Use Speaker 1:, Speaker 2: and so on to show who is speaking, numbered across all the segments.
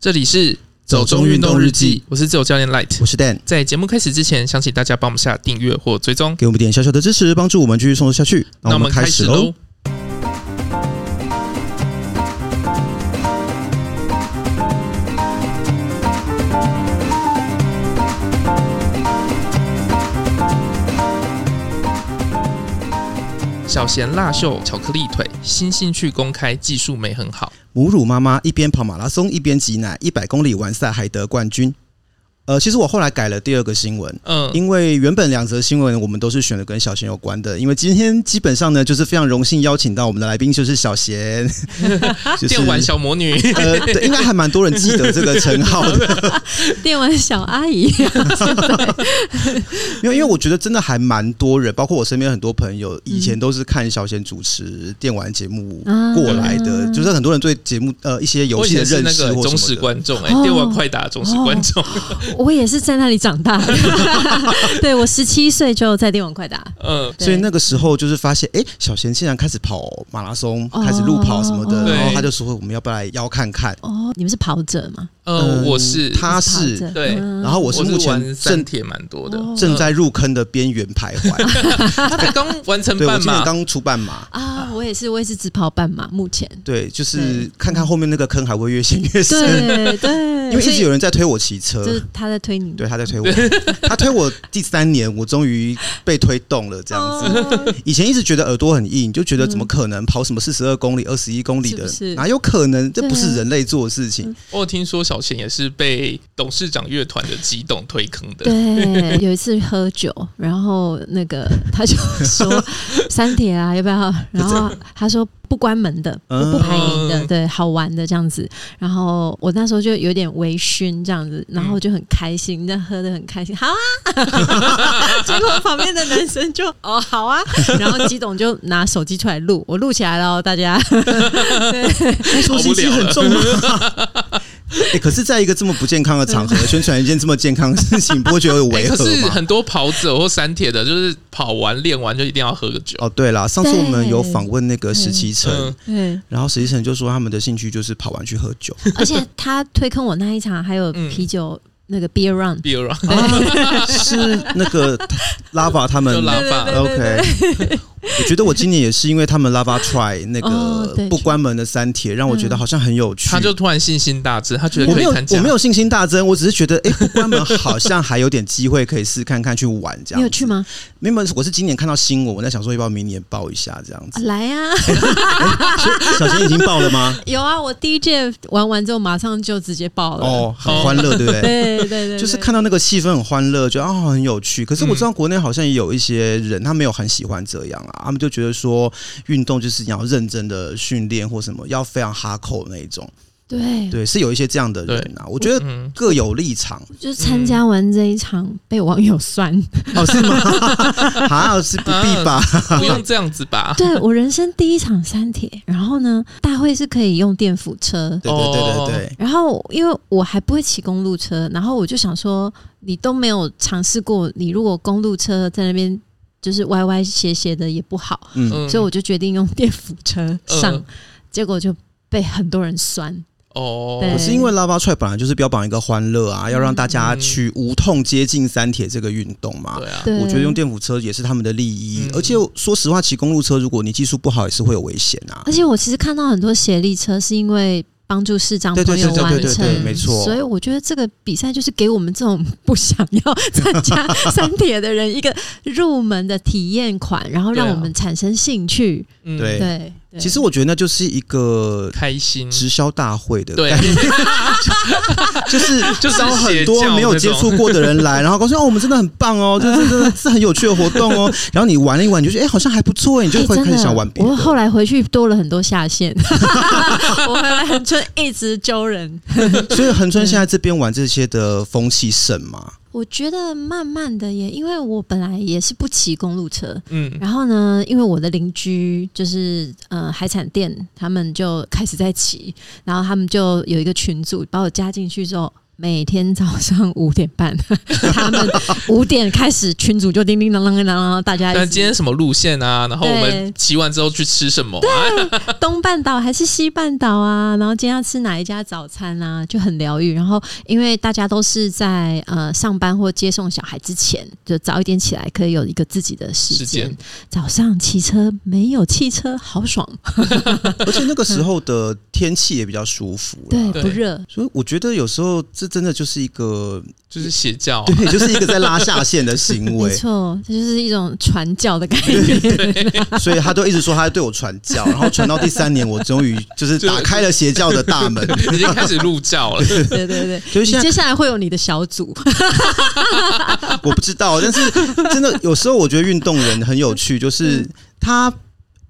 Speaker 1: 这里是
Speaker 2: 走中运动日记，
Speaker 1: 我是自由教练 Light
Speaker 2: 我。是 Dan，
Speaker 1: 在节目开始之前，想请大家帮我们下订阅或追踪。
Speaker 2: 给我们点小小的支持，帮助我们继续创作下去。
Speaker 1: 那
Speaker 2: 那我
Speaker 1: 我
Speaker 2: 们
Speaker 1: 们
Speaker 2: 开
Speaker 1: 开
Speaker 2: 始
Speaker 1: 始
Speaker 2: 喽
Speaker 1: 喽。。小咸辣秀巧克力腿新兴趣公开，技术没很好。
Speaker 2: 母乳妈妈一边跑马拉松一边挤奶，一百公里完赛还得冠军。呃，其实我后来改了第二个新闻，
Speaker 1: 嗯，
Speaker 2: 因为原本两则新闻我们都是选的跟小贤有关的，因为今天基本上呢就是非常荣幸邀请到我们的来宾就是 小贤，就是
Speaker 1: 电玩小魔女，
Speaker 2: 呃，对，应该还蛮多人记得这个称号的，
Speaker 3: 电玩小阿姨，
Speaker 2: 因为因为我觉得真的还蛮多人，包括我身边很多朋友，以前都是看小贤主持电玩节目
Speaker 3: 啊
Speaker 2: 过来的，就是很多人对节目呃一些游
Speaker 1: 我以
Speaker 2: 戏的
Speaker 1: 前是
Speaker 2: 认
Speaker 1: 那
Speaker 2: 识
Speaker 1: 个
Speaker 2: 或
Speaker 1: 忠
Speaker 2: 什
Speaker 1: 实
Speaker 2: 么的。
Speaker 1: 观众，哎，
Speaker 3: 哦
Speaker 1: 电玩快打忠实观众。
Speaker 3: 我也是在那里长大 的。 对我十七岁就在电玩快打，
Speaker 1: 嗯，
Speaker 3: 对
Speaker 2: 所以那个时候就是发现，哎、小贤竟然开始跑马拉松，
Speaker 3: 哦
Speaker 2: 开始路跑什么的，
Speaker 1: 对
Speaker 2: 然后他就说我们要不要来邀看看？
Speaker 3: 哦，你们是跑者吗？
Speaker 1: 呃，
Speaker 2: 嗯
Speaker 1: 我是
Speaker 2: 他
Speaker 3: 你跑
Speaker 2: 是
Speaker 3: 者
Speaker 1: 对
Speaker 3: 嗯
Speaker 2: 然后我是目前
Speaker 1: 玩三
Speaker 2: 正
Speaker 1: 铁蛮多的，
Speaker 3: 哦
Speaker 2: 正在入坑的边缘徘徊，
Speaker 1: 他才刚完成
Speaker 2: 对 我
Speaker 1: 半
Speaker 2: 今年
Speaker 1: 马，
Speaker 2: 刚出半马，
Speaker 3: 啊，我也是，我也是只跑半马，目前。
Speaker 2: 对，就是
Speaker 3: 对
Speaker 2: 看看后面那个坑还会越陷越深，
Speaker 3: 对对，
Speaker 2: 因为一
Speaker 3: 所以
Speaker 2: 直有人在推我骑车，
Speaker 3: 就是他在推你，
Speaker 2: 对，他在推我，他推我第三年，我终于被推动了。这
Speaker 3: 哦
Speaker 2: 样子，
Speaker 3: 子。
Speaker 2: 以前一直觉得耳朵很硬，就觉得怎么可能跑什么四十二公里、二十一公里的，
Speaker 3: 是不是
Speaker 2: 哪有可能？这不
Speaker 3: 对
Speaker 2: 是
Speaker 3: 啊
Speaker 2: 人类做的事情。
Speaker 1: 我有听说小贤也是被董事长乐团的激动推坑
Speaker 2: 哦
Speaker 1: 的。
Speaker 3: 对，有一次喝酒，然后那个他就说三铁啊，要不要？然后他说不关门的，
Speaker 2: 嗯
Speaker 3: 不排赢的，
Speaker 1: 嗯
Speaker 3: 对，好玩的这样子。然后我那时候就有点微醺这样子，然后就很开心，那喝的很开心，好啊。结果旁边的男生就哦好啊，然后吉董就拿手机出来录，我录起来了哦，大家。
Speaker 2: 那说心机很重吗？ 哎，可是在一个这么不健康的场合宣传一件这么健康的事情，不会觉得有
Speaker 1: 哎
Speaker 2: 违
Speaker 1: 可
Speaker 2: 和
Speaker 1: 是
Speaker 2: 吗？
Speaker 1: 很多跑者或三铁的，就是跑完练完就一定要喝个酒。
Speaker 2: 哦，对啦，上次我们有访问那个
Speaker 3: 对
Speaker 2: 石七
Speaker 1: 嗯
Speaker 2: 成，，
Speaker 3: 对，
Speaker 2: 然后石七成就说他们的兴趣就是跑完去喝酒，
Speaker 3: 而且他推坑我那一场还有
Speaker 1: 嗯
Speaker 3: 啤酒、那个 beer run。
Speaker 1: 比如
Speaker 2: 是那 个拉瓦他们
Speaker 1: 就拉法
Speaker 3: 对对对
Speaker 2: OK，我觉得我今年也是因为他们 Lava Try 那
Speaker 3: 哦
Speaker 2: 个
Speaker 3: 对
Speaker 2: 不关门的三铁，让我觉得好像很有趣。
Speaker 1: 他就突然信心大增，他觉得
Speaker 2: 我
Speaker 1: 可
Speaker 2: 没
Speaker 1: 以
Speaker 2: 有
Speaker 1: 参
Speaker 2: 我
Speaker 1: 加
Speaker 2: 没。有信心大增，我只是觉得哎、诶不关门好像还有点机会可以试看看去玩这样。
Speaker 3: 你有去？吗？
Speaker 2: 没有，我是今年看到新闻，我在想说要不要明年报一下这样
Speaker 3: 啊
Speaker 2: 子。
Speaker 3: 来啊，
Speaker 2: 小贤已经报了吗？
Speaker 3: 有啊！我第一届玩完之后，马上就直接爆 了。
Speaker 2: 哦，很欢乐，对不对？
Speaker 3: 对对对对，
Speaker 2: 就是看到那个气氛很欢乐，觉得啊很有趣。可是我知道国内好像也有一些人，他没有很喜欢这样啊，他们就觉得说运动就是你要认真的训练或什么，要非常哈扣那一种。
Speaker 3: 对，
Speaker 2: 对，是有一些这样的人啊，我觉得
Speaker 1: 嗯，
Speaker 2: 各有立场
Speaker 3: 就是参加完这一场被网友酸，
Speaker 2: 哦，是 吗？啊，是不必吧？
Speaker 1: 不用这样子吧？
Speaker 3: 对我人生第一场三铁。然后呢，大会是可以用电辅车，
Speaker 2: 对对对对对，
Speaker 3: 然后因为我还不会骑公路车，然后我就想说，你都没有尝试过，你如果公路车在那边就是歪歪斜斜的也不好，
Speaker 2: 嗯，
Speaker 1: 嗯，
Speaker 3: 所以我 就决定用电扶车上，
Speaker 1: 嗯
Speaker 3: 结果就被很多人酸。
Speaker 1: 哦，
Speaker 3: 对
Speaker 2: 可是因为拉巴踹本来就是标榜一个欢乐啊，要让大家
Speaker 1: 嗯
Speaker 2: 去无痛接近三铁这个运动嘛。
Speaker 1: 对啊，
Speaker 3: 对，
Speaker 2: 我觉得用电辅车也是他们的利益，
Speaker 1: 嗯
Speaker 2: 而且说实话，骑公路车如果你技术不好，也是会有危险啊
Speaker 1: 嗯
Speaker 3: 而。且我其实看到很多协力车是因为帮助市长
Speaker 2: 对对
Speaker 3: 朋
Speaker 2: 对
Speaker 3: 友
Speaker 2: 对
Speaker 3: 完
Speaker 2: 对对
Speaker 3: 成。
Speaker 2: 对，没错。
Speaker 3: 所以我觉得这个比赛就是给我们这种不想要参加三铁的人一个入门的体验款，然后让
Speaker 1: 对啊
Speaker 3: 我们产生兴趣。
Speaker 1: 嗯
Speaker 2: 对
Speaker 3: 对，对
Speaker 2: 其实我觉得那就是一个
Speaker 1: 开心，
Speaker 2: 直销大会的
Speaker 1: 嗯对
Speaker 2: 概，念， 就是
Speaker 1: 就是
Speaker 2: 招很
Speaker 1: 邪
Speaker 2: 多
Speaker 1: 教
Speaker 2: 没有
Speaker 1: 那
Speaker 2: 接
Speaker 1: 种
Speaker 2: 触过的人 来，然后告诉你哦，我们真的很棒哦，这这这是很有趣的活 动哦。然后你玩了一玩，你就觉得哎、好像还不错，你就
Speaker 3: 哎
Speaker 2: 会
Speaker 3: 真
Speaker 2: 开
Speaker 3: 的，
Speaker 2: 始想玩别
Speaker 3: 我后
Speaker 2: 的。
Speaker 3: 来回去多了很多 下线， 我回来就一直揪人。
Speaker 2: 所以
Speaker 1: 嗯
Speaker 2: 恒春现在这边玩这些的风气盛嘛，
Speaker 3: 我觉得慢慢的也，因为我本来也是不骑公路车，
Speaker 1: 嗯，
Speaker 3: 然后呢，因为我的邻居就是呃海产店，他们就开始在骑，然后他们就有一个群组把我加进去之后。每天早上五点 半，他们五点开始群组就叮叮当当当当，大家
Speaker 1: 那
Speaker 3: 一
Speaker 1: 今
Speaker 3: 起
Speaker 1: 天什么路线啊？然后我
Speaker 3: 对
Speaker 1: 们骑完之后去吃什么啊？
Speaker 3: 东半岛还是西半岛啊，然后今天要吃哪一家早餐啊，就很疗愈。然后因为大家都是在呃上班或接送小孩之前，就早一点起来，可以有一个自己的时
Speaker 1: 时
Speaker 3: 间
Speaker 1: 间。
Speaker 3: 早上骑车没有汽车，好爽，
Speaker 2: 而且那个时候的天气也比较舒服啦
Speaker 3: 对，
Speaker 1: 对
Speaker 3: 不热。
Speaker 2: 所以我觉得有时候这真的就是一个，
Speaker 1: 就是邪教啊、
Speaker 2: 对， 就是一个在拉下线的行
Speaker 3: 没
Speaker 2: 为。
Speaker 3: 错，这就是一种传教的概念。
Speaker 2: 所以他都一直说他在对我传教，然后传到第三年，我终于就是
Speaker 1: 就
Speaker 2: 打开了邪教的大 门。
Speaker 1: 已经开始入教了。
Speaker 3: 对对 对，
Speaker 2: 就是
Speaker 3: 你
Speaker 2: 现在
Speaker 3: 接下来会有你的小组，
Speaker 2: 我不知道，但是真的有时候我觉得运动人很有趣，就是
Speaker 3: 嗯
Speaker 2: 他。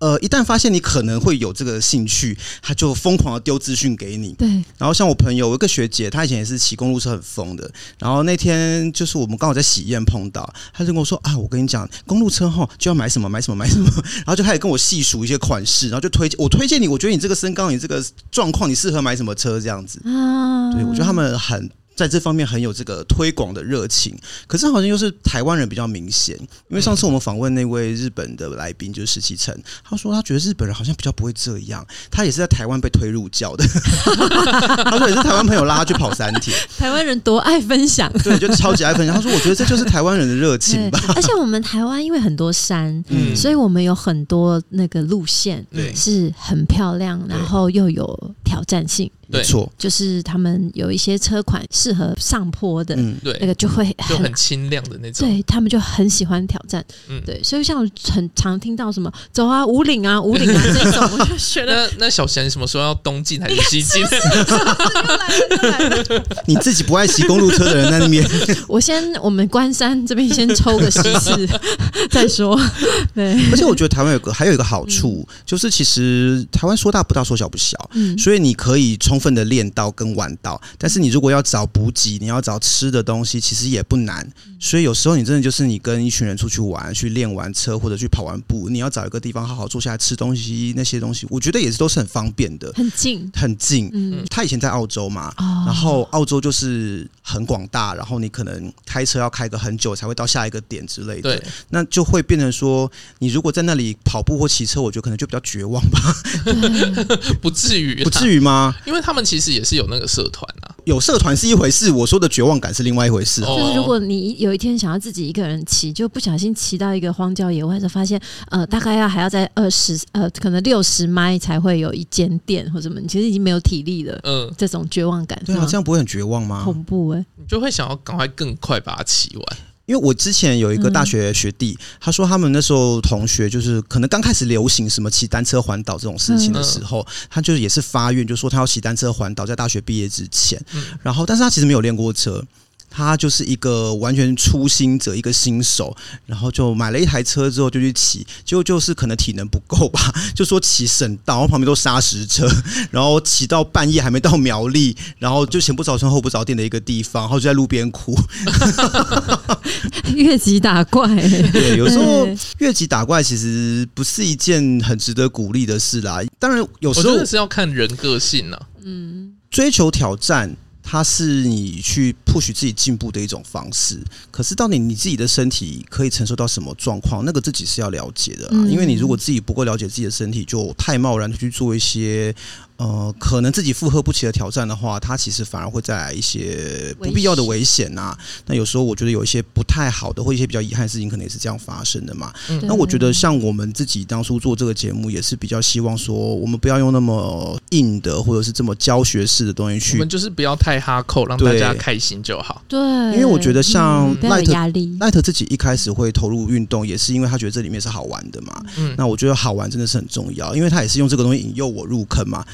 Speaker 2: 呃，一旦发现你可能会有这个兴趣，他就疯狂的丢资讯给你。
Speaker 3: 对，
Speaker 2: 然后像我朋友，我有一个学姐，她以前也是骑公路车很疯的。然后那天就是我们刚好在喜宴碰到，她就跟我说啊，我跟你讲，公路车哈就要买什么买什么买什么， 然后就开始跟我细数一些款式，然后就推荐我推荐你，我觉得你这个身高，你这个状况，你适合买什么车这样子。
Speaker 3: 啊，
Speaker 2: 对，我觉得他们很在这方面很有这个推广的热情，可是好像又是台湾人比较明显，因为上次我们访问那位日本的来宾就是石崎成，他说他觉得日本人好像比较不会这样，他也是在台湾被推入教的， 他说也是台湾朋友拉他去跑三铁，
Speaker 3: 台湾人多爱分享。
Speaker 2: 对，就超级爱分享，他说我觉得这就是台湾人的热情
Speaker 3: 对
Speaker 2: 吧，，
Speaker 3: 而且我们台湾因为很多山，
Speaker 2: 嗯
Speaker 3: 嗯所以我们有很多那个路线
Speaker 1: 对
Speaker 3: 是很漂亮，然后又有挑战性，
Speaker 2: 没错，
Speaker 3: 就是他们有一些车款适合上坡的，
Speaker 2: 嗯，
Speaker 3: 那
Speaker 1: 对，
Speaker 3: 个就会
Speaker 1: 就
Speaker 3: 很。
Speaker 1: 很清亮的那种。
Speaker 3: 对他们就很喜欢挑战，
Speaker 1: 嗯
Speaker 3: 对，所以像很常听到什么走啊五岭啊五岭啊这种，我就觉得
Speaker 1: 那那小贤什么时候要东进还是西进？
Speaker 3: 又来了又来了。
Speaker 2: 你自己不爱骑公路车的人在那 边，
Speaker 3: 我先我们关山这边先抽个十次再说，对，
Speaker 2: 而且我觉得台湾有个还有一个好处，就是其实台湾说大不大，说小不小，
Speaker 3: 嗯，
Speaker 2: 所以你可以充分的练到跟玩到，但是你如果要找补给，你要找吃的东西，其实也不难。所以有时候你真的就是你跟一群人出去玩，去练完车或者去跑完步，你要找一个地方好好坐下来吃东西，那些东西我觉得也是都是很方便的，
Speaker 3: 很近，
Speaker 2: 很近。
Speaker 3: 嗯，
Speaker 2: 他以前在澳洲嘛，
Speaker 3: 哦，
Speaker 2: 然后澳洲就是很广大，然后你可能开车要开个很久才会到下一个点之类的
Speaker 1: 对，，
Speaker 2: 那就会变成说，你如果在那里跑步或骑车，我觉得可能就比较绝望吧，
Speaker 1: 不至于，
Speaker 2: 不至
Speaker 1: 于，
Speaker 2: 于吗？
Speaker 1: 因为他们其实也是有那个社团啊。
Speaker 2: 有社团是一回事，我说的绝望感是另外一回事。
Speaker 1: 哦
Speaker 3: 就是如果你有一天想要自己一个人骑，就不小心骑到一个荒郊野外，就发现呃，大概要还要在二十呃，可能六十迈才会有一间店或什么，你其实已经没有体力了，
Speaker 1: 嗯，
Speaker 3: 这种绝望感，
Speaker 2: 对啊，
Speaker 3: 是吗
Speaker 2: 这样不会很绝望吗？
Speaker 3: 恐怖哎、
Speaker 1: 你就会想要赶快更快把它骑完。
Speaker 2: 因为我之前有一个大学学弟，他说他们那时候同学就是可能刚开始流行什么骑单车环岛这种事情的时候，他就也是发愿，就说他要骑单车环岛，在大学毕业之前。
Speaker 1: 嗯
Speaker 2: 然后，但是他其实没有练过车。他就是一个完全初心者，一个新手，然后就买了一台车之后就去骑，结果就是可能体能不够吧， 就说骑省道，然后旁边都砂石车， 然后骑到半夜还没到苗栗，然后就前不着村后不着店的一个地方，然后就在路边哭，
Speaker 3: 越级打怪、欸，
Speaker 2: 对，有时候
Speaker 3: 对
Speaker 2: 越级打怪其实不是一件很值得鼓励的事啦。当然，有
Speaker 1: 我
Speaker 2: 时
Speaker 1: 真
Speaker 2: 候
Speaker 1: 的是要看人个性啊。
Speaker 3: 嗯，
Speaker 2: 追求挑战，它是你去 push 自己进步的一种方式。可是，到底你自己的身体可以承受到什么状况，那个自己是要了解的啊、
Speaker 3: 嗯
Speaker 2: 因为你如果自己不够了解自己的身体，就太贸然的去做一些呃可能自己负荷不起的挑战的话，它其实反而会带来一些不必要的危险呐、那有时候我觉得有一些不太好的，或一些比较遗憾的事情，可能也是这样发生的嘛。
Speaker 1: 对
Speaker 2: 那我觉得，像我们自己当初做这个节目，也是比较希望说，我们不要用那么硬的，或者是这么教学式的东西
Speaker 1: 我
Speaker 2: 去
Speaker 1: 们。就是不要太哈扣，让大
Speaker 2: 对
Speaker 1: 家开心就好。
Speaker 3: 对，
Speaker 2: 因为我觉得像
Speaker 3: 嗯不要有
Speaker 2: Light-
Speaker 3: 压力，
Speaker 2: 奈特自己一开始会投入运动，也是因为他觉得这里面是好玩的嘛。
Speaker 1: 嗯，
Speaker 2: 那我觉得好玩真的是很重要，因为他也是用这个东西引诱我入坑嘛，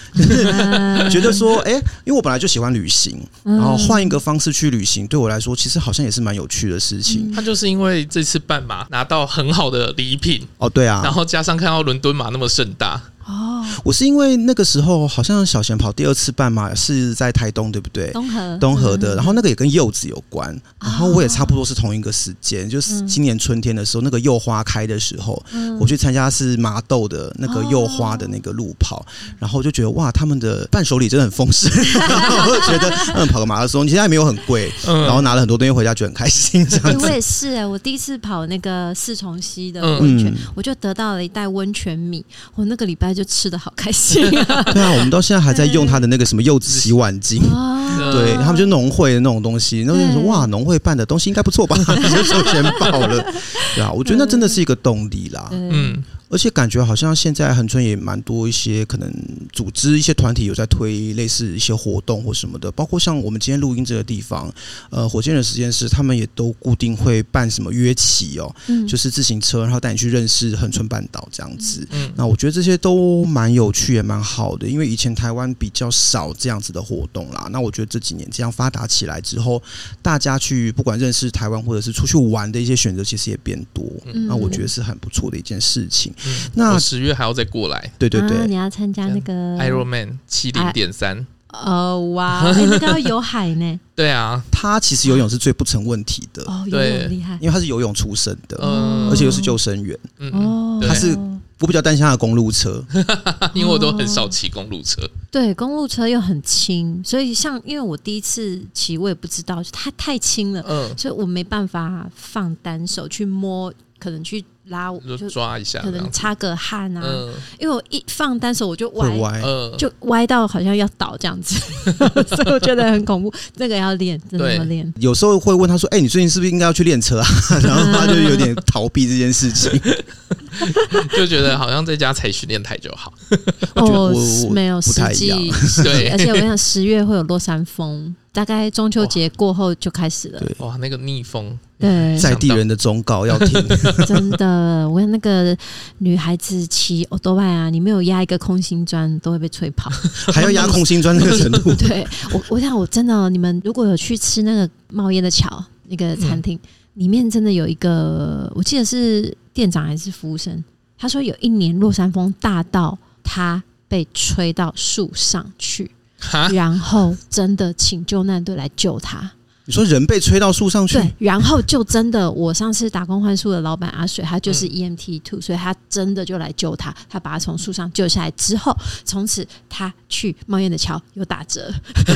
Speaker 3: 啊
Speaker 2: 觉得说，哎、因为我本来就喜欢旅行，
Speaker 3: 嗯
Speaker 2: 然后换一个方式去旅行，对我来说其实好像也是蛮有趣的事情。
Speaker 1: 他就是因为这次半马拿到很好的礼品，
Speaker 2: 哦，对啊，
Speaker 1: 然后加上看到伦敦马那么盛大，
Speaker 3: 哦，
Speaker 2: 我是因为那个时候好像小贤跑第二次半马是在台东，对不对？
Speaker 3: 东河
Speaker 2: 东河的，
Speaker 3: 嗯哦
Speaker 2: 然后那个也跟柚子有关，然后我也差不多是同一个时间，就是今年春天的时候，那个柚花开的时候，
Speaker 3: 嗯哦
Speaker 2: 我去参加是麻豆的那个柚花的那个路跑，然后就觉得哇，他们的伴手礼真的很丰盛， 然后我就觉得嗯，跑个马拉松其实还没有很贵， 然后
Speaker 1: 嗯，
Speaker 2: 拿了很多东西回家，觉得很开心 这
Speaker 3: 哎
Speaker 2: 样
Speaker 3: 我
Speaker 2: 子。
Speaker 3: 也是哎、我第一次跑那个四重溪的
Speaker 1: 嗯
Speaker 3: 温泉，
Speaker 2: 嗯
Speaker 3: 我就得到了一袋温泉米，我那个礼拜就吃的好 开心啊！
Speaker 2: 对啊，我们到现在还在用他的那个什么柚子洗碗巾。
Speaker 1: 嗯
Speaker 3: 啊
Speaker 2: 对他们就农会的那种东西，然后就说
Speaker 3: 对
Speaker 2: 哇，农会办的东西应该不错吧， 就首先报了，对啊，我觉得那真的是一个动力啦，
Speaker 3: 对
Speaker 1: 嗯，
Speaker 2: 而且感觉好像现在恒春也蛮多一些可能组织一些团体有在推类似一些活动或什么的，包括像我们今天录音这个地方，呃，火箭人实验室他们也都固定会办什么约骑哦，
Speaker 3: 嗯
Speaker 2: 就是自行车，然后带你去认识恒春半岛这样子。
Speaker 1: 嗯
Speaker 2: 那我觉得这些都蛮有趣，也蛮好的，因为以前台湾比较少这样子的活动啦。那我觉得这几年这样发达起来之后，大家去不管认识台湾或者是出去玩的一些选择，其实也变多。
Speaker 3: 嗯
Speaker 2: 那啊我觉得是很不错的一件事情。
Speaker 1: 嗯
Speaker 2: 那
Speaker 1: 我十月还要再过来
Speaker 2: 对对对，
Speaker 3: 啊你要参加那个
Speaker 1: ，Iron Man 七零点三，
Speaker 3: 哦哇，哎那个要有海 呢，
Speaker 1: 对啊，
Speaker 2: 他其实游泳是最不成问题的，
Speaker 3: 哦，有
Speaker 1: 对
Speaker 3: 泳厉害
Speaker 2: 因为他是游泳出身的，
Speaker 1: 嗯
Speaker 2: 而且又是救生员。
Speaker 1: 嗯，嗯
Speaker 3: 哦，
Speaker 1: 对他
Speaker 2: 哦是我比较担心他的公路车，
Speaker 1: 因为我都很少骑公路车，
Speaker 3: 对公路车又很轻，所以像因为我第一次骑，我也不知道，就它太轻了，
Speaker 1: 嗯，
Speaker 3: 所以我没办法放单手去摸，可能去拉，
Speaker 1: 就
Speaker 3: 就
Speaker 1: 抓一下
Speaker 3: 可
Speaker 1: 这
Speaker 3: 能
Speaker 1: 样子，
Speaker 3: 擦个汗啊，
Speaker 1: 嗯
Speaker 3: 因为我一放单手我就
Speaker 2: 会
Speaker 3: 歪，
Speaker 2: 歪。
Speaker 1: 嗯，
Speaker 3: 就歪到好像要倒这样子， 所以我觉得很恐怖。那个要练，真的
Speaker 1: 对
Speaker 3: 要练。
Speaker 2: 有时候会问他说：“哎、你最近是不是应该要去练车啊？” 然后他就有点逃避这件事情。
Speaker 1: 就觉得好像在家踩训练台就好，
Speaker 2: 觉得
Speaker 3: 哦
Speaker 2: 我我，
Speaker 3: 没有
Speaker 2: 不
Speaker 3: 实
Speaker 2: 太一
Speaker 3: 际
Speaker 2: 样，
Speaker 1: 对
Speaker 3: 而且我想十月会有落山风，大概中秋节过后就开始了
Speaker 2: 对。
Speaker 1: 哇，那个逆风，
Speaker 3: 对，
Speaker 2: 在地人的忠告要听。
Speaker 3: 真的，我看那个女孩子骑欧多拜啊，你没有压一个空心砖都会被吹跑。。
Speaker 2: 还要压空心砖那个程 度
Speaker 3: 对我，我想我真的哦、你们如果有去吃那个冒烟的桥那
Speaker 2: 嗯
Speaker 3: 个餐厅，里面真的有一个，我记得是店长还是服务生，他说有一年落山风大到他被吹到树上去，
Speaker 2: 啊
Speaker 1: 哈，
Speaker 3: 然后真的请救难队来救他。
Speaker 2: 你说人被吹到树上去，
Speaker 3: 对，然后就真的，我上次打工换宿的老板阿水，他就是
Speaker 2: 嗯
Speaker 3: EMT two，、所以他真的就来救他，他把他从树上救下来之后，从此他去冒烟的桥有打折，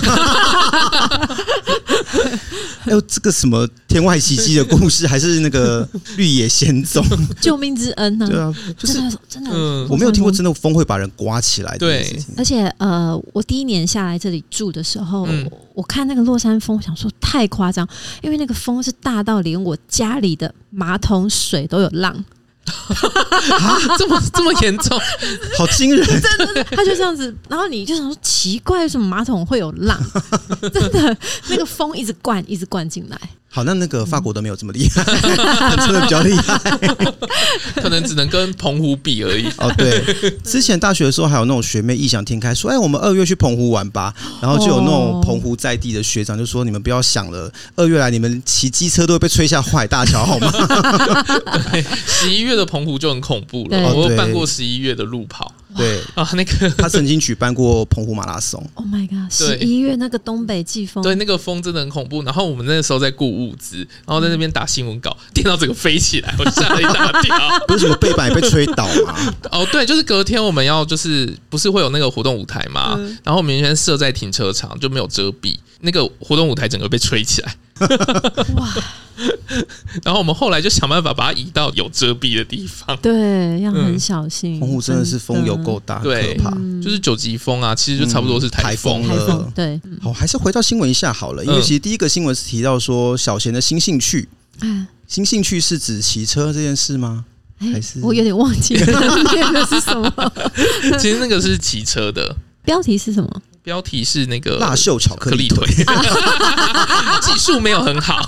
Speaker 2: 哎呦，这个什么天外奇迹的故事， 还是那个绿野仙踪？
Speaker 3: 救命之恩呢、
Speaker 2: 对 啊，就是
Speaker 3: 真的真的，
Speaker 1: 嗯
Speaker 2: 我没有听过真的风会把人刮起来这件事情。
Speaker 3: 而且呃，我第一年下来这里住的时候，
Speaker 1: 嗯
Speaker 3: 我我看那个落山风，想说太夸张，因为那个风是大到连我家里的马桶水都有 浪，
Speaker 1: 这么这么严重，
Speaker 2: 好惊人！啊
Speaker 3: 它就这样子，然后你就想说奇怪，为什么马桶会有 浪？真的，那个风一直灌，一直灌进来。
Speaker 2: 好，那那个法国的没有这么厉 害，真的比较厉害
Speaker 1: 可能只能跟澎湖比而已，
Speaker 2: 哦。对，之前大学的时候还有那种学妹异想天开，说：“哎，我们二月去澎湖玩吧。”然后就有那种
Speaker 3: 哦
Speaker 2: 澎湖在地的学长就说：“你们不要想了，二月来你们骑机车都会被吹下坏大桥，好吗
Speaker 1: 十一月的澎湖就很恐怖
Speaker 3: 对
Speaker 1: 了，我
Speaker 2: 哦对
Speaker 1: 有办过十一月的路跑？”
Speaker 2: 对，
Speaker 1: 啊，那个
Speaker 2: 他曾经举办过澎湖马拉松。
Speaker 3: Oh my god！十
Speaker 1: 对
Speaker 3: 一月那个东北季风，
Speaker 1: 对那个风真的很恐怖。然后我们那个时候在顾物资，然后在那边打新闻稿， 电脑整个飞起来，我吓了一大跳。
Speaker 2: 不是什么背板也被吹倒吗？
Speaker 1: 哦，对，就是隔天我们要就是不是会有那个活动舞台嘛，然后我们原先设在停车场就没有遮蔽，那个活动舞台整个被吹起来。
Speaker 3: 哇，
Speaker 1: 然后我们后来就想办法把它移到有遮蔽的地方，
Speaker 3: 对，要很小心。嗯
Speaker 2: 澎湖真的是嗯风有够大，
Speaker 1: 对
Speaker 2: 可怕。
Speaker 1: 就是九级风啊，其实就差不多是台
Speaker 2: 嗯
Speaker 1: 风。
Speaker 3: 台
Speaker 2: 了
Speaker 3: 风，对，嗯
Speaker 2: 好，还是回到新闻一下好了，因为
Speaker 1: 嗯
Speaker 2: 其实第一个新闻是提到说小贤的新兴趣，
Speaker 3: 哎
Speaker 2: 新兴趣是指骑车这件事吗？
Speaker 3: 哎
Speaker 2: 还是
Speaker 3: 我有点忘记 了念的是什么，
Speaker 1: 其实那个是骑车的，
Speaker 3: 标题是什么？
Speaker 1: 标题是那
Speaker 2: 呃
Speaker 1: 个
Speaker 2: 辣秀巧克
Speaker 1: 克
Speaker 2: 力
Speaker 1: 力
Speaker 2: 腿
Speaker 1: 腿，，技术没有很好。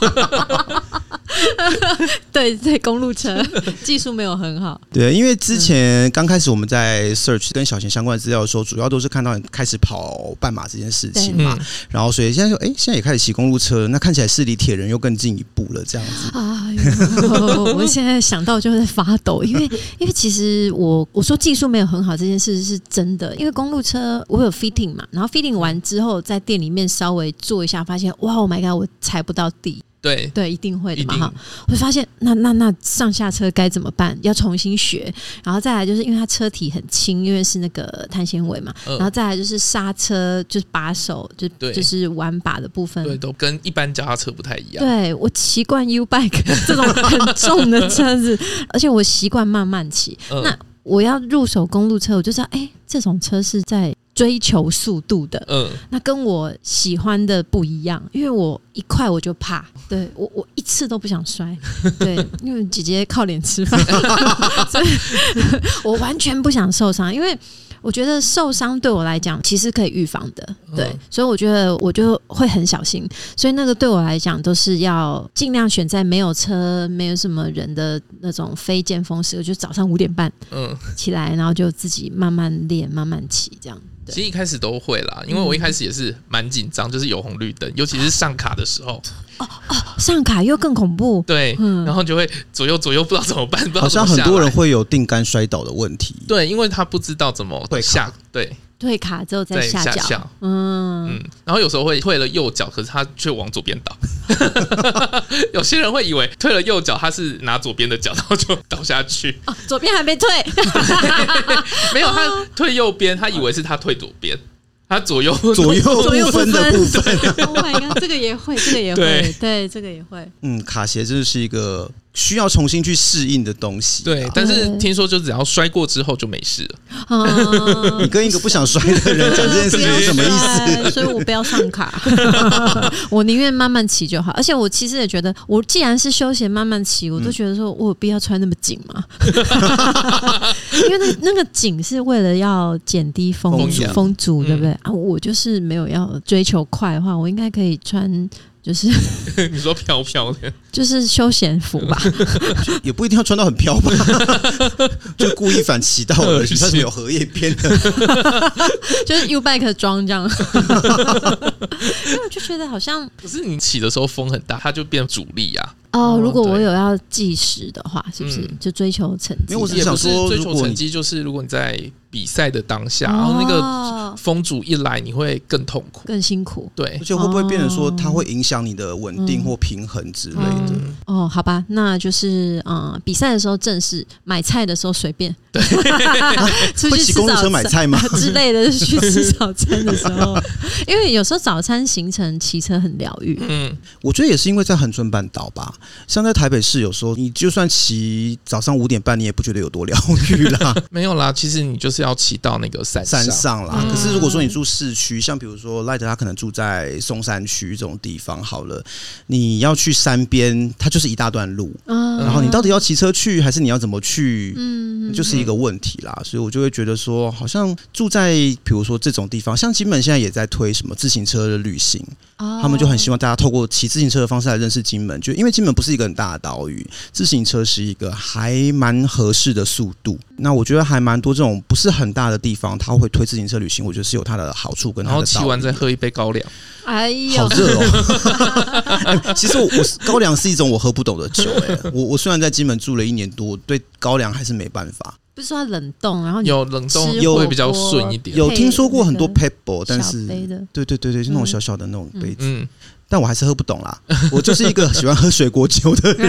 Speaker 3: 对，在公路 车技术没有很好，
Speaker 2: 对，因为之前刚开始我们在 search 跟小贤相关的资料的时候，主要都是看到你开始跑半马这件事情嘛，
Speaker 1: 嗯
Speaker 2: 然后所以现在说，哎、现在也开始骑公路车，那看起来是离铁人又更进一步了，这样子。
Speaker 3: 哎呦，我现在想到就在发抖，因为因为其实我我说技术没有很好这件事是真的，因为公路车我有 fitting 嘛，然后 fitting 完之后在店里面稍微做一下，发现哇，Oh my god，我踩不到地，
Speaker 1: 对，
Speaker 3: 对，一定会的
Speaker 1: 一
Speaker 3: 嘛
Speaker 1: 定
Speaker 3: 哈，我就发现那那那上下车该怎么办？要重新学，然后再来就是因为它车体很轻，因为是那个碳纤维嘛，
Speaker 1: 嗯
Speaker 3: 然后再来就是刹车就是把手就
Speaker 1: 对
Speaker 3: 就是玩把的部分
Speaker 1: 对，都跟一般脚踏车不太一样。
Speaker 3: 对我习惯 U bike 这种很重的车子，而且我习惯慢慢骑。
Speaker 1: 嗯
Speaker 3: 那我要入手公路车，我就知道，哎、这种车是在追求速度的，
Speaker 1: 嗯，
Speaker 3: 那跟我喜欢的不一样，因为我一快我就怕，对我我一次都不想摔，对，因为姐姐靠脸吃饭， 所以我完全不想受伤，因为。我觉得受伤对我来讲其实可以预防的，对，
Speaker 1: 嗯
Speaker 3: 所以我觉得我就会很小心，所以那个对我来讲都是要尽量选在没有车、没有什么人的那种非尖峰时刻，就早上五点半
Speaker 1: 嗯，
Speaker 3: 起来，然后就自己慢慢练、慢慢骑这样。对
Speaker 1: 其实一开始都会啦，因为我一开始也是蛮紧张，就是有红绿灯，尤其是上卡的时候，
Speaker 3: 上卡又更恐怖，
Speaker 1: 对，
Speaker 3: 嗯
Speaker 1: 然后就会左右左右不知道怎么办，不知道
Speaker 2: 好
Speaker 1: 怎
Speaker 2: 像
Speaker 1: 么
Speaker 2: 很
Speaker 1: 下
Speaker 2: 多
Speaker 1: 来
Speaker 2: 人会有定杆摔倒的问题，
Speaker 1: 对，因为他不知道怎么
Speaker 2: 会卡
Speaker 1: 下，对，
Speaker 3: 退卡之后再
Speaker 1: 对
Speaker 3: 下
Speaker 1: 下
Speaker 3: 脚，
Speaker 1: 下
Speaker 3: 嗯，
Speaker 1: 嗯，然后有时候会退了右脚，可是他却往左边倒。 有些人会以为退了右脚，他是拿左边的脚，然后就倒下去。
Speaker 3: 哦，左边还 没退，
Speaker 1: 没有，他退右边，他以为是他退左边，他左右
Speaker 2: 左右
Speaker 3: 左右
Speaker 2: 哦不
Speaker 3: 不
Speaker 2: 分的
Speaker 3: 分
Speaker 2: 部分。
Speaker 3: Oh my god，这个也会，这个也
Speaker 1: 对
Speaker 3: 会，对，这个也会，
Speaker 2: 嗯，卡鞋真的是一个需要重新去适应的东西。啊
Speaker 3: 哦
Speaker 1: 对，但是听说就只要摔过之后就没事了。
Speaker 3: 嗯
Speaker 2: 你跟一个不想摔的人讲这件事情是什么意思？
Speaker 3: 思？所以我不要上 卡，我宁愿慢慢骑就好。而且我其实也觉得，我既然是休闲慢慢骑，我
Speaker 2: 嗯
Speaker 3: 都觉得说我有必要穿那么紧吗？ 因为那那个紧是为了要减低风
Speaker 1: 风
Speaker 3: 阻
Speaker 2: 阻，
Speaker 3: 风阻对不
Speaker 2: 嗯
Speaker 3: 对？啊，我就是没有要追求快的话，我应该可以穿就是
Speaker 1: 你说飘飘的，
Speaker 3: 就是休闲服 吧。
Speaker 2: 也不一定要穿到很飘 吧，就故意反其道而
Speaker 1: 是
Speaker 2: 行。它是有荷叶边的，
Speaker 3: 就是 U bike 装这样，因为我就觉得好像
Speaker 1: 可是你起的时候风很大，它就变阻力啊。
Speaker 3: 哦
Speaker 1: 哦，
Speaker 3: 如果我
Speaker 1: 对
Speaker 3: 有要计时的话，是不是
Speaker 1: 嗯
Speaker 3: 就追求成绩？
Speaker 2: 因为我只
Speaker 1: 也
Speaker 2: 想
Speaker 1: 不是
Speaker 2: 说，
Speaker 1: 追
Speaker 2: 如
Speaker 1: 求
Speaker 2: 果
Speaker 1: 成
Speaker 2: 你
Speaker 1: 绩，就是如果你在比赛的当下，
Speaker 3: 哦
Speaker 1: 然后那个
Speaker 3: 个
Speaker 1: 风阻一来，你会更痛苦。
Speaker 3: 哦更辛苦
Speaker 1: 对
Speaker 2: 而，且会不会变成说
Speaker 3: 哦
Speaker 2: 它会影响你的稳定
Speaker 3: 嗯
Speaker 2: 或平衡之类
Speaker 1: 对
Speaker 2: 的？
Speaker 1: 的。
Speaker 3: 哦。好吧，那就是嗯，比赛的时候正式，买菜的时候随便， 出
Speaker 2: 会
Speaker 3: 去
Speaker 2: 骑
Speaker 3: 吃
Speaker 2: 公路
Speaker 3: 早
Speaker 2: 车买
Speaker 3: 餐。
Speaker 2: 菜 吗？
Speaker 3: 之类的，去吃早餐的时候，因为有时候早餐行程骑车很疗愈，
Speaker 1: 嗯，
Speaker 2: 我觉得也是因为在恒春半岛吧，像在台北市，有时候你就算骑早上五点半，你也不觉得有多疗愈啦，
Speaker 1: 没有啦，其实你就是要骑到那个山上。
Speaker 2: 山上啦。
Speaker 3: 嗯
Speaker 2: 可是如果说你住市区，像比如说赖德他可能住在松山区这种地方好了，你要去山边，它就是一大段路，
Speaker 3: 嗯，
Speaker 2: 然后你到底要骑车去，还是你要怎么去？
Speaker 3: 嗯，
Speaker 2: 就是一个问题啦，所以我就会觉得说，好像住在比如说这种地方，像金门现在也在推什么自行车的旅行，他
Speaker 3: 他
Speaker 2: 们就很希望大家透过骑自行车的方式来认识金门，就因为金门不是一个很大的岛屿，自行车是一个还蛮合适的速度。那我觉得还蛮多这种不是很大的地方，他会推自行车旅行，我觉得是有它的好处跟它
Speaker 1: 然
Speaker 2: 的
Speaker 1: 后骑
Speaker 2: 道理
Speaker 1: 完再喝一杯高粱，
Speaker 3: 哎呦
Speaker 2: 好，热哦！ 哎其实我我是高粱是一种我喝不懂的酒、哎，我我虽然在金门住了一年多，我对高粱还是没办法。
Speaker 3: 不是说它冷冻，哦然后你
Speaker 1: 有冷冻
Speaker 3: 吃火
Speaker 1: 会比较顺一点。
Speaker 2: 有听说过很多 p e b b l e 但
Speaker 3: 小
Speaker 2: 是
Speaker 3: 杯 的，
Speaker 2: 对对对对，就那种小小的那种杯子，
Speaker 1: 嗯，
Speaker 2: 但我还是喝不懂啦。 我就是一个喜欢喝水果酒的人，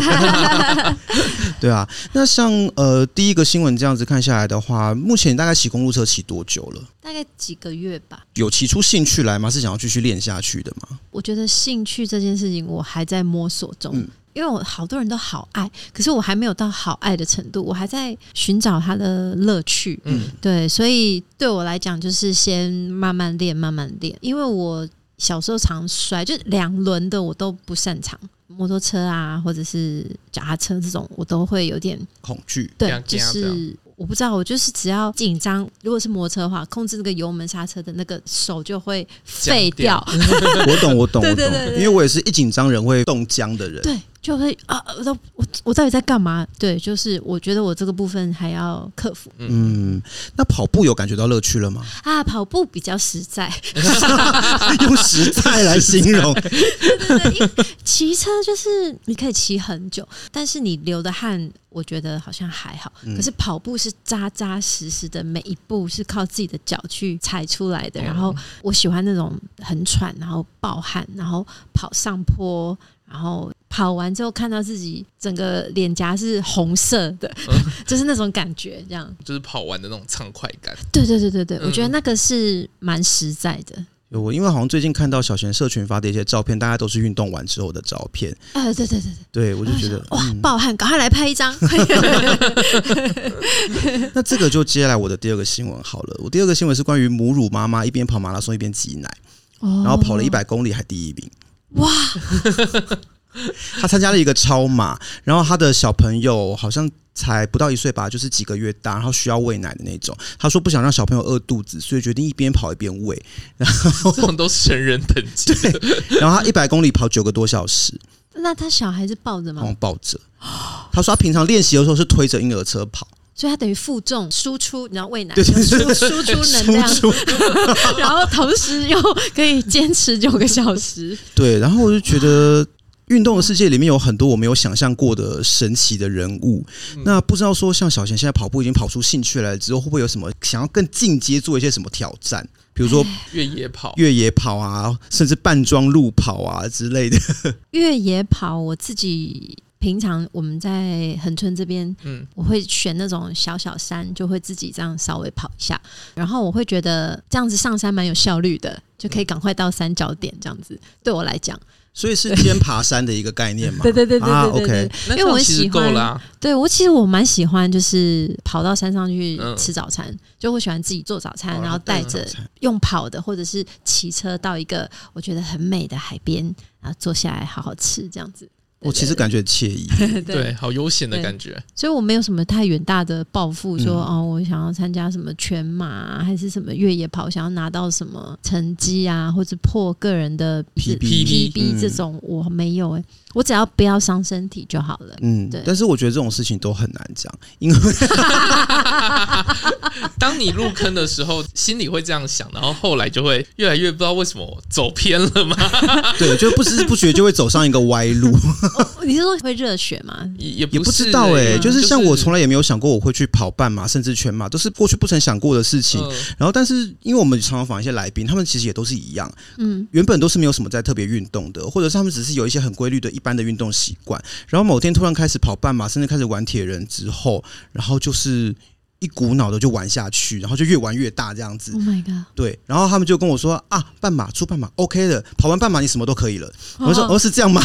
Speaker 2: 对啊。那像呃第一个新闻这样子看下来的话，目前你大概骑公路车骑多久了？
Speaker 3: 大概几个月吧。
Speaker 2: 有骑出兴趣来吗？是想要继续练下去的吗？
Speaker 3: 我觉得兴趣这件事情，我还在摸索中。
Speaker 2: 嗯
Speaker 3: 因为我好多人都好爱，可是我还没有到好爱的程度，我还在寻找它的乐趣。
Speaker 1: 嗯，
Speaker 3: 对，所以对我来讲，就是先慢慢练，慢慢练。因为我小时候常摔，就是两轮的我都不擅长，摩托车啊，或者是脚踏车这种，我都会有点
Speaker 2: 恐 惧，
Speaker 1: 这
Speaker 3: 对
Speaker 1: 样，
Speaker 3: 就
Speaker 1: 这样这
Speaker 3: 是我不知道，我就是只要紧张，如果是摩托车的话，控制那个油门刹车的那个手就会废掉。
Speaker 2: 我懂，我懂，我懂
Speaker 3: 对对对，对
Speaker 2: 因为我也是一紧张人会冻僵的人。
Speaker 3: 对，就会啊，我都我我到底在干嘛？对，就是我觉得我这个部分还要克服
Speaker 2: 嗯，那跑步有感觉到乐趣了 吗？
Speaker 3: 啊。跑步比较实在，
Speaker 2: 用实在来形容，
Speaker 3: 对对对，因为骑车就是你可以骑很久，但是你流的汗，我觉得好像还好。可是跑步是扎扎实实的，每一步是靠自己的脚去踩出来的。然后我喜欢那种很喘，然后暴汗，然后跑上坡，然后。跑完之后看到自己整个脸颊是红色的，就是那种感觉，这样。
Speaker 1: 就是跑完的那种畅快 感。
Speaker 3: 对对对对对，我觉得
Speaker 1: 嗯
Speaker 3: 那个是蛮实在的。
Speaker 2: 有我因为好像最近看到小贤社群发的一些照片，大家都是运动完之后的照片，
Speaker 3: 啊，对对对对
Speaker 2: 对我就觉得
Speaker 3: 哇
Speaker 2: 嗯，
Speaker 3: 暴汗，赶快来拍一张。
Speaker 2: 那这个就接下来我的第二个新闻好了。我第二个新闻是关于母乳妈妈一边跑马拉松一边挤奶，
Speaker 3: 然
Speaker 2: 然后跑了一百公里还第一名。
Speaker 3: 哦哇！
Speaker 2: 她参加了一个超马，然后她的小朋友好像才不到一岁吧，就是几个月大，然后需要喂奶的那种。她说不想让小朋友饿肚子，所以决定一边跑一边喂。
Speaker 1: 这种都是成人等级的，
Speaker 2: 然后她一百公里跑九个多小时，
Speaker 3: 那他小孩是抱着
Speaker 2: 然
Speaker 3: 吗
Speaker 2: 后？抱着。她说她平常练习的时候是推着婴儿车跑，
Speaker 3: 所以他等于负重输出，然后喂奶，
Speaker 2: 对对
Speaker 3: 输
Speaker 2: 对
Speaker 3: 输出能量，
Speaker 2: 输出
Speaker 3: 然后同时又可以坚持九个小时。
Speaker 2: 对，然后我就觉得。运动的世界里面有很多我没有想象过的神奇的人物。那不知道说像小贤现在跑步已经跑出兴趣来了之后，会不会有什么想要更进阶做一些什么挑战？比如说
Speaker 3: 哎
Speaker 1: 越野跑。
Speaker 2: 越野跑啊，甚至半装路跑啊之类的。
Speaker 3: 越野跑，我自己平常我们在恒春这边，
Speaker 1: 嗯
Speaker 3: 我会选那种小小山，就会自己这样稍微跑一下，然后我会觉得这样子上山蛮有效率的，就可以赶快到山脚点，这样子对我来讲，
Speaker 2: 所以是天爬山的一个概念嘛？
Speaker 3: 对对对对
Speaker 2: 啊
Speaker 3: 对对对
Speaker 2: ，OK，
Speaker 1: 那
Speaker 3: 因
Speaker 1: 这
Speaker 3: 为
Speaker 1: 样
Speaker 3: 我很
Speaker 1: 其实
Speaker 3: 喜
Speaker 1: 够
Speaker 3: 欢
Speaker 1: 了、啊，
Speaker 3: 对我其实我蛮喜欢，就是跑到山上去
Speaker 1: 嗯
Speaker 3: 吃早餐，就会喜欢自己做早餐，
Speaker 1: 哦
Speaker 3: 然后带着用跑的或者是骑车到一个我觉得很美的海边，然后坐下来好好吃这样子。
Speaker 2: 我其实感觉很惬 意。
Speaker 3: 对对
Speaker 1: 对，好悠闲的
Speaker 3: 对
Speaker 1: 感觉。
Speaker 3: 所以我没有什么太远大的抱负，说、
Speaker 2: 嗯
Speaker 3: 哦，我想要参加什么全马啊还是什么越野跑，想要拿到什么成绩啊，或者破个人的
Speaker 2: PB
Speaker 3: PB
Speaker 2: 嗯
Speaker 3: 这种，我没有哎、我只要不要伤身体就好了。
Speaker 2: 嗯
Speaker 3: 对，
Speaker 2: 但是我觉得这种事情都很难讲，因为
Speaker 1: 当你入坑的时候，心里会这样想，然后后来就会越来越不知道为什么走偏了嘛，
Speaker 2: 对，就不知不觉就会走上一个歪 路。
Speaker 3: 你是说会热血吗？
Speaker 1: 也也
Speaker 2: 也
Speaker 1: 不
Speaker 2: 不
Speaker 1: 是
Speaker 2: 知道哎、
Speaker 1: 欸
Speaker 2: 就是像我从来也没有想过我会去跑半马甚至全马，都是过去不曾想过的事情。
Speaker 1: 嗯
Speaker 2: 然后，但是因为我们常常访一些来宾，他们其实也都是一样，
Speaker 3: 嗯，
Speaker 2: 原本都是没有什么在特别运动的，或者是他们只是有一些很规律的一般的运动习惯。然后某天突然开始跑半马，甚至开始玩铁人之后，然后就是一股脑的就玩下去，然后就越玩越大这样子。
Speaker 3: Oh my god！
Speaker 2: 对，然后他们就跟我说啊，半马出半马 OK 的，跑完半马你什么都可以了。我说：“
Speaker 3: 哦
Speaker 2: 哦，是这样吗？”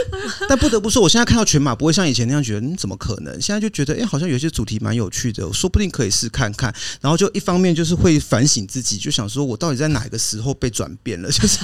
Speaker 2: 但不得不说，我现在看到全马不会像以前那样觉得，嗯，怎么可能？现在就觉得，哎、好像有一些主题蛮有趣的，说不定可以试看看。然后就一方面就是会反省自己，就想说我到底在哪个时候被转变了？ 就是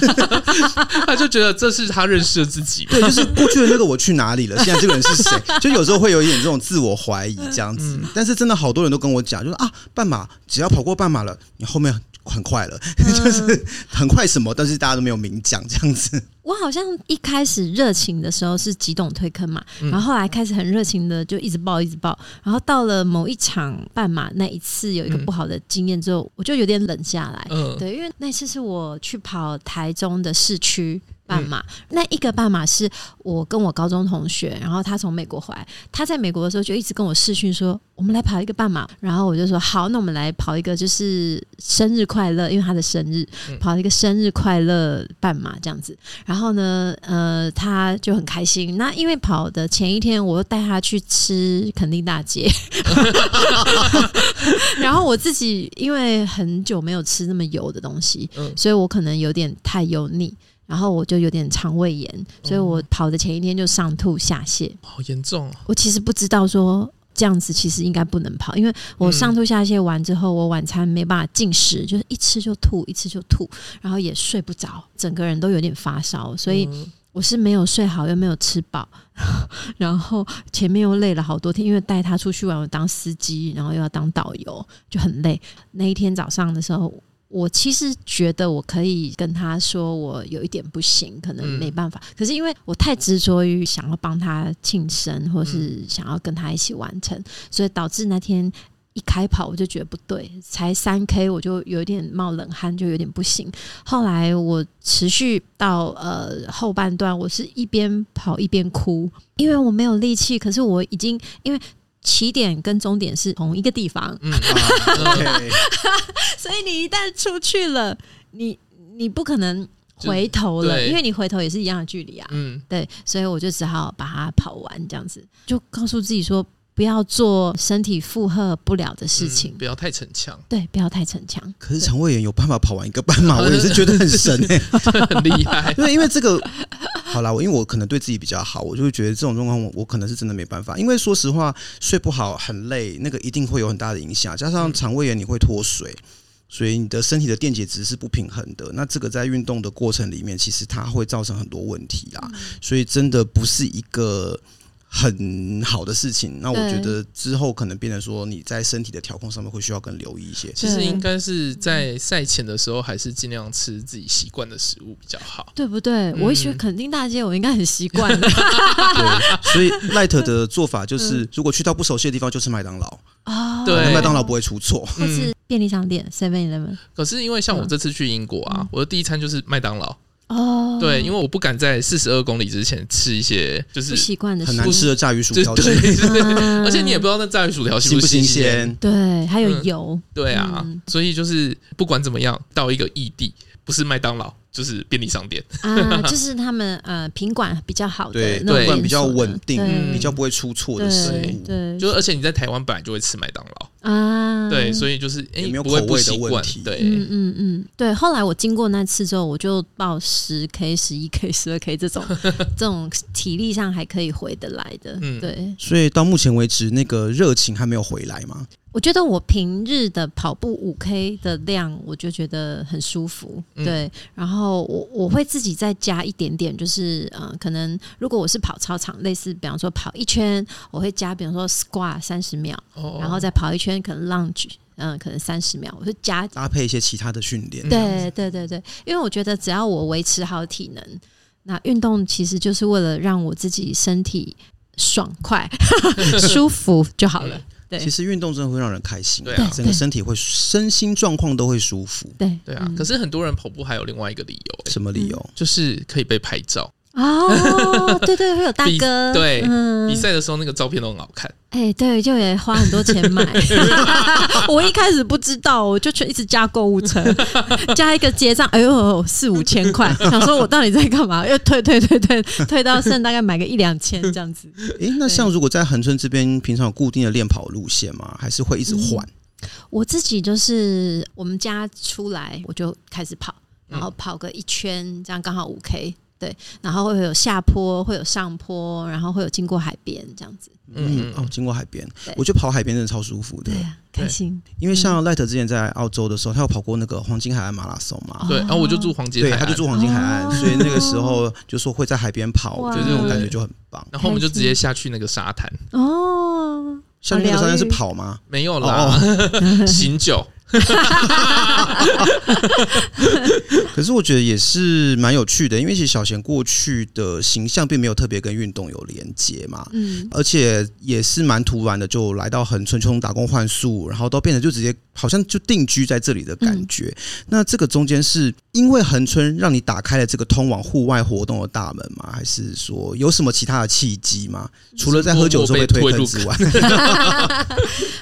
Speaker 1: 他就觉得这是他认识的自 己嘛。
Speaker 2: 对，就是过去的那个我去哪里了？现在这个人是谁？ 就有时候会有一点这种自我怀疑这样子。但是真的好多人都跟我讲，就是啊，半马只要跑过半马了，你后面很快了，就是很快什么，但是大家都没有明讲这样子。
Speaker 3: 嗯我好像一开始热情的时候是几懂推坑嘛，
Speaker 1: 嗯
Speaker 3: 然后后来开始很热情的就一直报一直报，然后到了某一场半马那一次有一个
Speaker 1: 嗯
Speaker 3: 不好的经验之后，我就有点冷下来。
Speaker 1: 嗯，
Speaker 3: 对，因为那次是我去跑台中的市区半马，那一个半马是我跟我高中同学，然后他从美国回来，他在美国的时候就一直跟我视讯说，我们来跑一个半马，然后我就说好，那我们来跑一个就是生日快乐，因为他的生日，跑一个生日快乐半马这样子。然后呢，呃，他就很开心。那因为跑的前一天，我又带他去吃垦丁大街， 然后我自己因为很久没有吃那么油的东西，
Speaker 1: 嗯
Speaker 3: 所以我可能有点太油腻，然后我就有点肠胃炎，
Speaker 1: 哦
Speaker 3: 所以我跑的前一天就上吐下泻。
Speaker 1: 好严重哦。
Speaker 3: 我其实不知道说。这样子其实应该不能跑，因为我
Speaker 1: 嗯
Speaker 3: 上吐下泻完之后，我晚餐没办法进食，就是一吃就吐，一吃就吐，然后也睡不着，整个人都有点发烧，所以
Speaker 1: 嗯
Speaker 3: 我是没有睡好，又没有吃饱，然后前面又累了好多天，因为带他出去玩，我当司机，然后又要当导游，就很累。那一天早上的时候，我其实觉得我可以跟他说，我有一点不行，可能
Speaker 1: 嗯
Speaker 3: 没办法。可是因为我太执着于想要帮他庆生，或是想要跟他一起完成，所以导致那天一开跑我就觉得不对，才三 K 我就有点冒冷汗，就有点不行。后来我持续到呃后半段，我是一边跑一边哭，因为我没有力气，可是我已经因为。起点跟终点是同一个地方，
Speaker 1: 嗯，
Speaker 2: 啊 OK，
Speaker 3: 所以你一旦出去了，你你不可能回头
Speaker 1: 就
Speaker 3: 了，
Speaker 1: 对
Speaker 3: 因为你回头也是一样的距离啊。
Speaker 1: 嗯，
Speaker 3: 对，所以我就只好把它跑完，这样子就告诉自己说，不要做身体负荷不了的事情，
Speaker 1: 嗯不要太逞强，
Speaker 3: 对，不要太逞强。
Speaker 2: 可是肠胃炎有办法跑完一个半马，我也是觉得很神哎、
Speaker 1: 很厉 害。
Speaker 2: 因为因为这个，好啦，我因为我可能对自己比较好，我就会觉得这种状况我我可能是真的没办法。因为说实话，睡不好很累，那个一定会有很大的影响，加上肠胃炎你会脱水。所以你的身体的电解质是不平衡的，那这个在运动的过程里面，其实它会造成很多问题啦。所以真的不是一个很好的事情。那我觉得之后可能变成说你在身体的调控上面会需要更留意 一些。
Speaker 1: 其实应该是在赛前的时候，还是尽量吃自己习惯的食物比较好。
Speaker 3: 对不对？我也许
Speaker 1: 嗯
Speaker 3: 肯定大街，我应该很习惯 了
Speaker 2: 对，所以 Light 的做法就是，如果去到不熟悉的地方，就是麦当劳。
Speaker 3: 哦。嗯
Speaker 1: 对
Speaker 2: 那麦当劳不会出错。
Speaker 3: 或是嗯便利商店 Seven Eleven
Speaker 1: 嗯可是因为像我这次去英国啊，
Speaker 3: 嗯
Speaker 1: 我的第一餐就是麦当劳。
Speaker 3: 哦，
Speaker 1: 对，因为我不敢在四十二公里之前吃一些，就是
Speaker 3: 不习惯的
Speaker 2: 很
Speaker 3: 事
Speaker 2: 难吃的炸鱼薯
Speaker 1: 就
Speaker 2: 条，
Speaker 1: 对
Speaker 2: 就是
Speaker 1: 对对，
Speaker 3: 嗯
Speaker 1: 而且你也不知道那炸鱼薯条新
Speaker 2: 新
Speaker 1: 不
Speaker 2: 不新
Speaker 1: 鲜。
Speaker 2: 鲜？
Speaker 3: 对，还有
Speaker 1: 嗯
Speaker 3: 油，
Speaker 1: 对啊，
Speaker 3: 嗯
Speaker 1: 所以就是不管怎么样，到一个异地，不是麦当劳就是便利商店。
Speaker 3: 啊，就是他们呃品管比较好的
Speaker 2: 对，
Speaker 3: 那种
Speaker 1: 对
Speaker 2: 不然比较
Speaker 3: 连锁的
Speaker 2: 稳定
Speaker 3: 对，
Speaker 2: 比较不会出错的食
Speaker 3: 对
Speaker 2: 物。
Speaker 3: 对，
Speaker 1: 就而且你在台湾本来就会吃麦当劳，
Speaker 3: 啊，
Speaker 1: 对，所以就是哎、
Speaker 2: 也没有
Speaker 1: 不会
Speaker 2: 口
Speaker 1: 不
Speaker 2: 味的
Speaker 1: 习
Speaker 2: 问
Speaker 1: 惯
Speaker 2: 题，
Speaker 1: 对，
Speaker 3: 嗯嗯嗯，对。后来我经过那次之后，我就报十 K、十一 K、十二 K 这 种这种体力上还可以回得来的。
Speaker 1: 嗯
Speaker 3: 对，
Speaker 2: 所以到目前为止，那个热情还没有回来嘛？
Speaker 3: 我觉得我平日的跑步五 K 的量，我就觉得很舒服。
Speaker 1: 嗯
Speaker 3: 对，然后我我会自己再加一点点，就是呃，可能如果我是跑操场，类似比方说跑一圈，我会加比方说 squat 三十秒，
Speaker 1: 哦
Speaker 3: 然后再跑一圈，可能 lunge 嗯、可能三十秒，我就加
Speaker 2: 搭配一些其他的训练
Speaker 1: 嗯，
Speaker 3: 对对对对，因为我觉得只要我维持好体能，那运动其实就是为了让我自己身体爽 快、舒服就好了。对
Speaker 2: 其实运动真的会让人开心，
Speaker 1: 对啊
Speaker 2: 整个身体会身心状况都会舒服。
Speaker 3: 对嗯
Speaker 1: 对啊。可是很多人跑步还有另外一个理由、哎
Speaker 2: 什么理由？
Speaker 1: 就是可以被拍照，
Speaker 3: 哦，对对，会有大
Speaker 1: 比
Speaker 3: 哥，
Speaker 1: 对
Speaker 3: 嗯
Speaker 1: 比，赛的时候那个照片都很好看。
Speaker 3: 哎，对，就也花很多钱 买。 我一开始不知道，我就去一直加购物车， 加一个结账，哎呦，四五千 块，想说我到底在干嘛？又退退退退退到剩大概买个一两千这样子。
Speaker 2: 诶，那像如果在恒春这边，平常有固定的练跑路线吗？还是会一直换？
Speaker 3: 我自己就是我们家出来我就开始跑，然
Speaker 1: 嗯
Speaker 3: 后跑个一圈，这样刚好五 K。对，然后会有下坡，会有上坡，然后会有经过海边这样子。
Speaker 1: 嗯
Speaker 2: 嗯，哦，经过海边
Speaker 3: 对，
Speaker 2: 我觉得跑海边真的超舒服的
Speaker 3: 对。啊，开心。
Speaker 2: 因为像 Light 之前在澳洲的时候，他有跑过那个黄金海岸马拉松嘛，
Speaker 1: 对，然后我就住黄金
Speaker 2: 对，
Speaker 1: 海岸，
Speaker 2: 他就住黄金海岸，
Speaker 3: 哦
Speaker 2: 所以那个时候就说会在海边跑，
Speaker 3: 哇
Speaker 2: 我觉得这种感觉就很棒。
Speaker 1: 然后我们就直接下去那个沙滩，
Speaker 3: 哦，
Speaker 2: 像那个山是跑吗？
Speaker 1: 没有
Speaker 2: 哦
Speaker 1: 啦， 醒酒，
Speaker 2: 可是我觉得也是蛮有趣的，因为其实小贤过去的形象并没有特别跟运动有连接嘛。
Speaker 3: 嗯，
Speaker 2: 而且也是蛮突然的，就来到恒春冲打工换宿，然后到变成就直接好像就定居在这里的感觉。那这个中间是因为恒春让你打开了这个通往户外活动的大门吗？还是说有什么其他的契机吗？除了在喝酒的时候被推坑之外，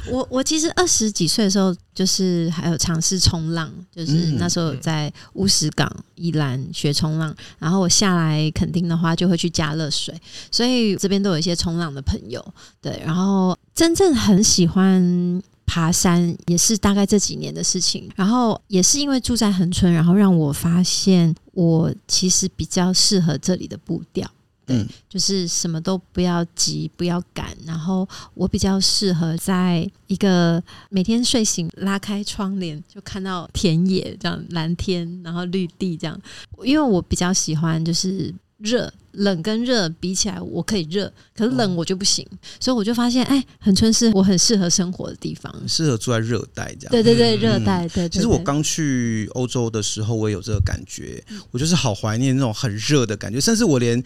Speaker 3: 我我其实二十几岁的时候，就是还有尝试冲浪，就是
Speaker 2: 嗯
Speaker 3: 那时候在乌石港、宜兰学冲浪，然后我下来垦丁的话，就会去加热水，所以这边都有一些冲浪的朋友。对，然后真正很喜欢。爬山也是大概这几年的事情，然后也是因为住在恒春，然后让我发现我其实比较适合这里的步调，对，
Speaker 2: 嗯
Speaker 3: 就是什么都不要急，不要赶，然后我比较适合在一个每天睡醒拉开窗帘就看到田野这样蓝天，然后绿地这样，因为我比较喜欢就是热冷跟热比起来，我可以热，可是冷我就不行，所以我就发现，哎，恒春是我很适合生活的地方。
Speaker 2: 很适合住在热带这样。
Speaker 3: 对对对，
Speaker 1: 嗯
Speaker 3: 热带，对对对。
Speaker 2: 其实我刚去欧洲的时候，我也有这个感觉，我就是好怀念那种很热的感觉，甚至我连